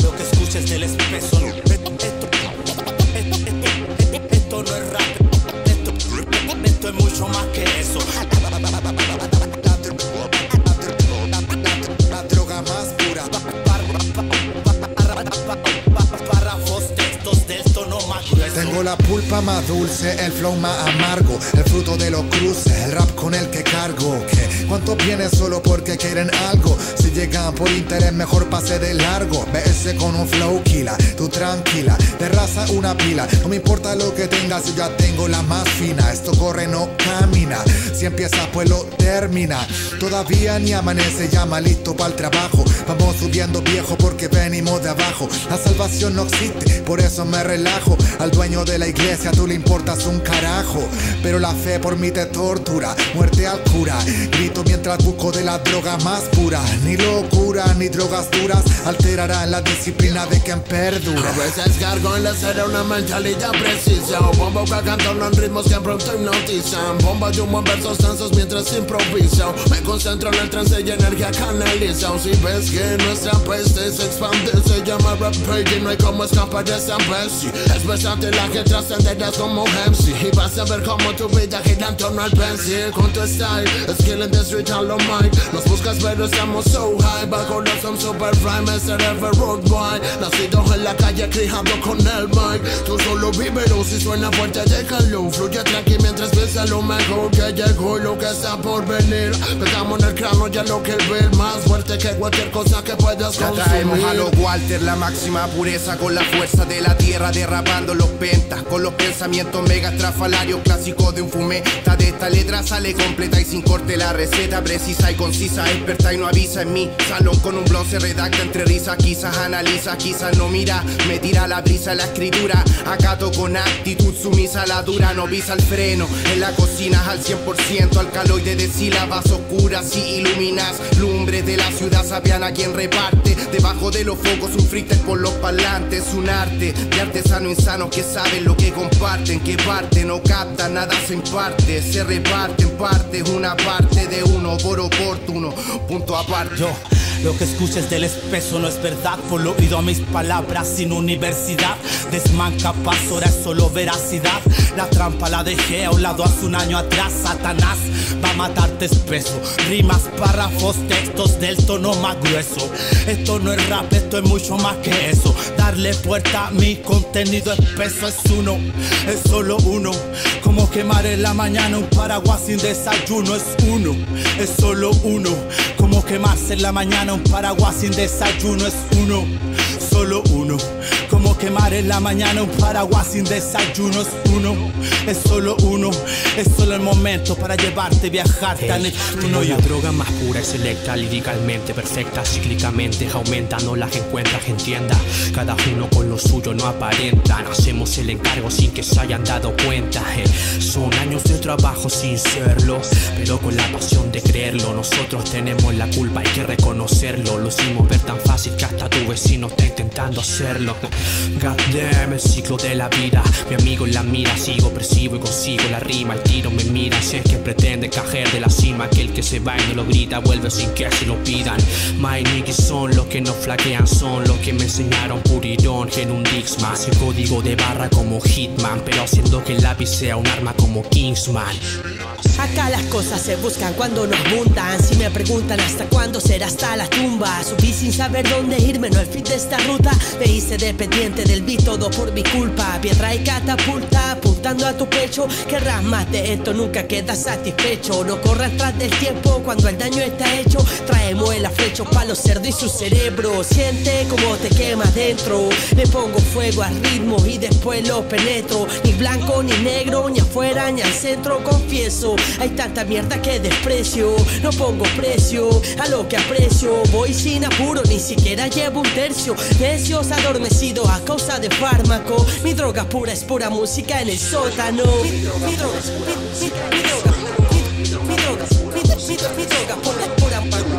[SPEAKER 3] Lo que escuches del espeso no- Esto, esto- esto- esto- esto no es rap Esto, esto es mucho más que eso
[SPEAKER 4] La droga más pura.
[SPEAKER 3] Párrafos, textos de esto no más grueso
[SPEAKER 4] Tengo la pulpa más dulce, el flow más amargo, el fruto de los cruces, el rap con el que cargo. que ¿Cuántos vienen solo porque quieren algo? Si llegan por interés, mejor pase de largo. BS con un flow kila, tú tranquila, de raza una pila. No me importa lo que tengas, yo ya tengo la más fina. Esto corre, no camina. Si empieza, pues lo termina. Todavía ni amanece, llama listo para el trabajo. Vamos subiendo viejo porque venimos de abajo. La salvación no existe, por eso me relajo. Al dueño de la iglesia tú le importas un carajo. Pero la fe por mí te tortura, muerte al cura. Grito mientras busco de la droga más pura. Ni locura ni drogas duras alterarán la disciplina de quien perdura.
[SPEAKER 13] A veces gargoyles era una mentalidad precisa Bombo que cantan ritmos que pronto hipnotizan Bomba de humo en versos tensos mientras improviso Me concentro en el trance y energía canalizo Si ves que nuestra peste se expande Se llama rap y no hay cómo escapar de esa bestia Es besarte la que trascenderás como MC Y vas a ver cómo tu vida gira en torno al pencil Con tu style, skill in the street a lo mic Nos buscas pero estamos so high Bajo los son super prime, es el ever road wide Nacido en la calle, criado con el mic Tú solo víbelo si suena fuerte, déjalo Fluye tranqui mientras piensa lo mejor que llegó y lo que está por venir Pensamos en el cráneo ya lo que ver Más fuerte que cualquier cosa que puedas
[SPEAKER 14] Ya traemos a
[SPEAKER 13] consumir
[SPEAKER 14] los Walter la máxima pureza con la fuerza de la tierra derrapando los pentas con los pensamientos mega estrafalarios clásicos de un fumeta de esta letra sale completa y sin corte la receta precisa y concisa experta y no avisa en mi salón con un blon se redacta entre risas quizás analiza quizás no mira me tira la brisa la escritura acato con actitud sumisa la dura no pisa el freno en la cocina al 100% alcaloide de sílabas oscuras y iluminas lumbres de la ciudad sabiana a quien reparte debajo de los focos un freestyle por los parlantes un arte de artesanos insanos que saben lo que comparten que parte no capta nada se imparte se reparten partes una parte de uno por oportuno punto aparte
[SPEAKER 3] Lo que escuches del espeso no es verdad Por lo oído a mis palabras sin universidad Desman capaz, ahora es solo veracidad La trampa la dejé a un lado hace un año atrás Satanás va a matarte espeso Rimas, párrafos, textos del tono más grueso Esto no es rap, esto es mucho más que eso Darle puerta a mi contenido espeso es uno Es solo uno Como quemar en la mañana un paraguas sin desayuno Es uno, es solo uno Como quemarse en la mañana un paraguas sin desayuno Es uno, solo uno Como Quemar en la mañana un paraguas sin desayuno es uno, es solo uno, es solo el momento para llevarte, viajarte al
[SPEAKER 15] no
[SPEAKER 3] Neptuno y
[SPEAKER 15] la
[SPEAKER 3] otro.
[SPEAKER 15] droga más pura y selecta, líricamente perfecta, cíclicamente aumenta, no las encuentras en tienda. Cada uno con lo suyo no aparentan, hacemos el encargo sin que se hayan dado cuenta. eh. Son años de trabajo sin serlo, pero con la pasión de creerlo. Nosotros tenemos la culpa, hay que reconocerlo. Lo hicimos ver tan fácil que hasta tu vecino está intentando hacerlo. God damn, el ciclo de la vida. Mi amigo en la mira, sigo, percibo y consigo la rima. El tiro me mira, si es que pretende caer de la cima. Aquel que se va y no lo grita, vuelve sin que se lo pidan. My niggas son los que no flaquean, son los que me enseñaron puridón en un Dixman. Ese código de barra como Hitman, pero haciendo que el lápiz sea un arma como Kingsman.
[SPEAKER 16] Acá las cosas se buscan cuando nos abundan. Si me preguntan hasta cuándo será hasta la tumba. Subí sin saber dónde irme, no el fin de esta ruta. Me hice dependiente del beat, todo por mi culpa. Piedra y catapulta, apuntando a tu pecho. Querrás más de esto, nunca quedas satisfecho. No corras tras del tiempo cuando el daño está hecho. Traemos el aflecho para los cerdos y su cerebro. Siente como te quema dentro. Le pongo fuego al ritmo y después lo penetro. Ni blanco, ni negro, ni afuera, ni al centro. Confieso, hay tanta mierda que desprecio. No pongo precio a lo que aprecio. Voy sin apuro, ni siquiera llevo un tercio. Necios adormecido a causa de fármaco. Mi droga pura es pura música en el sótano. Mi, mi droga, mi, mi- mi droga, mi- mi droga, mi, mi- mi droga pura, pura, pura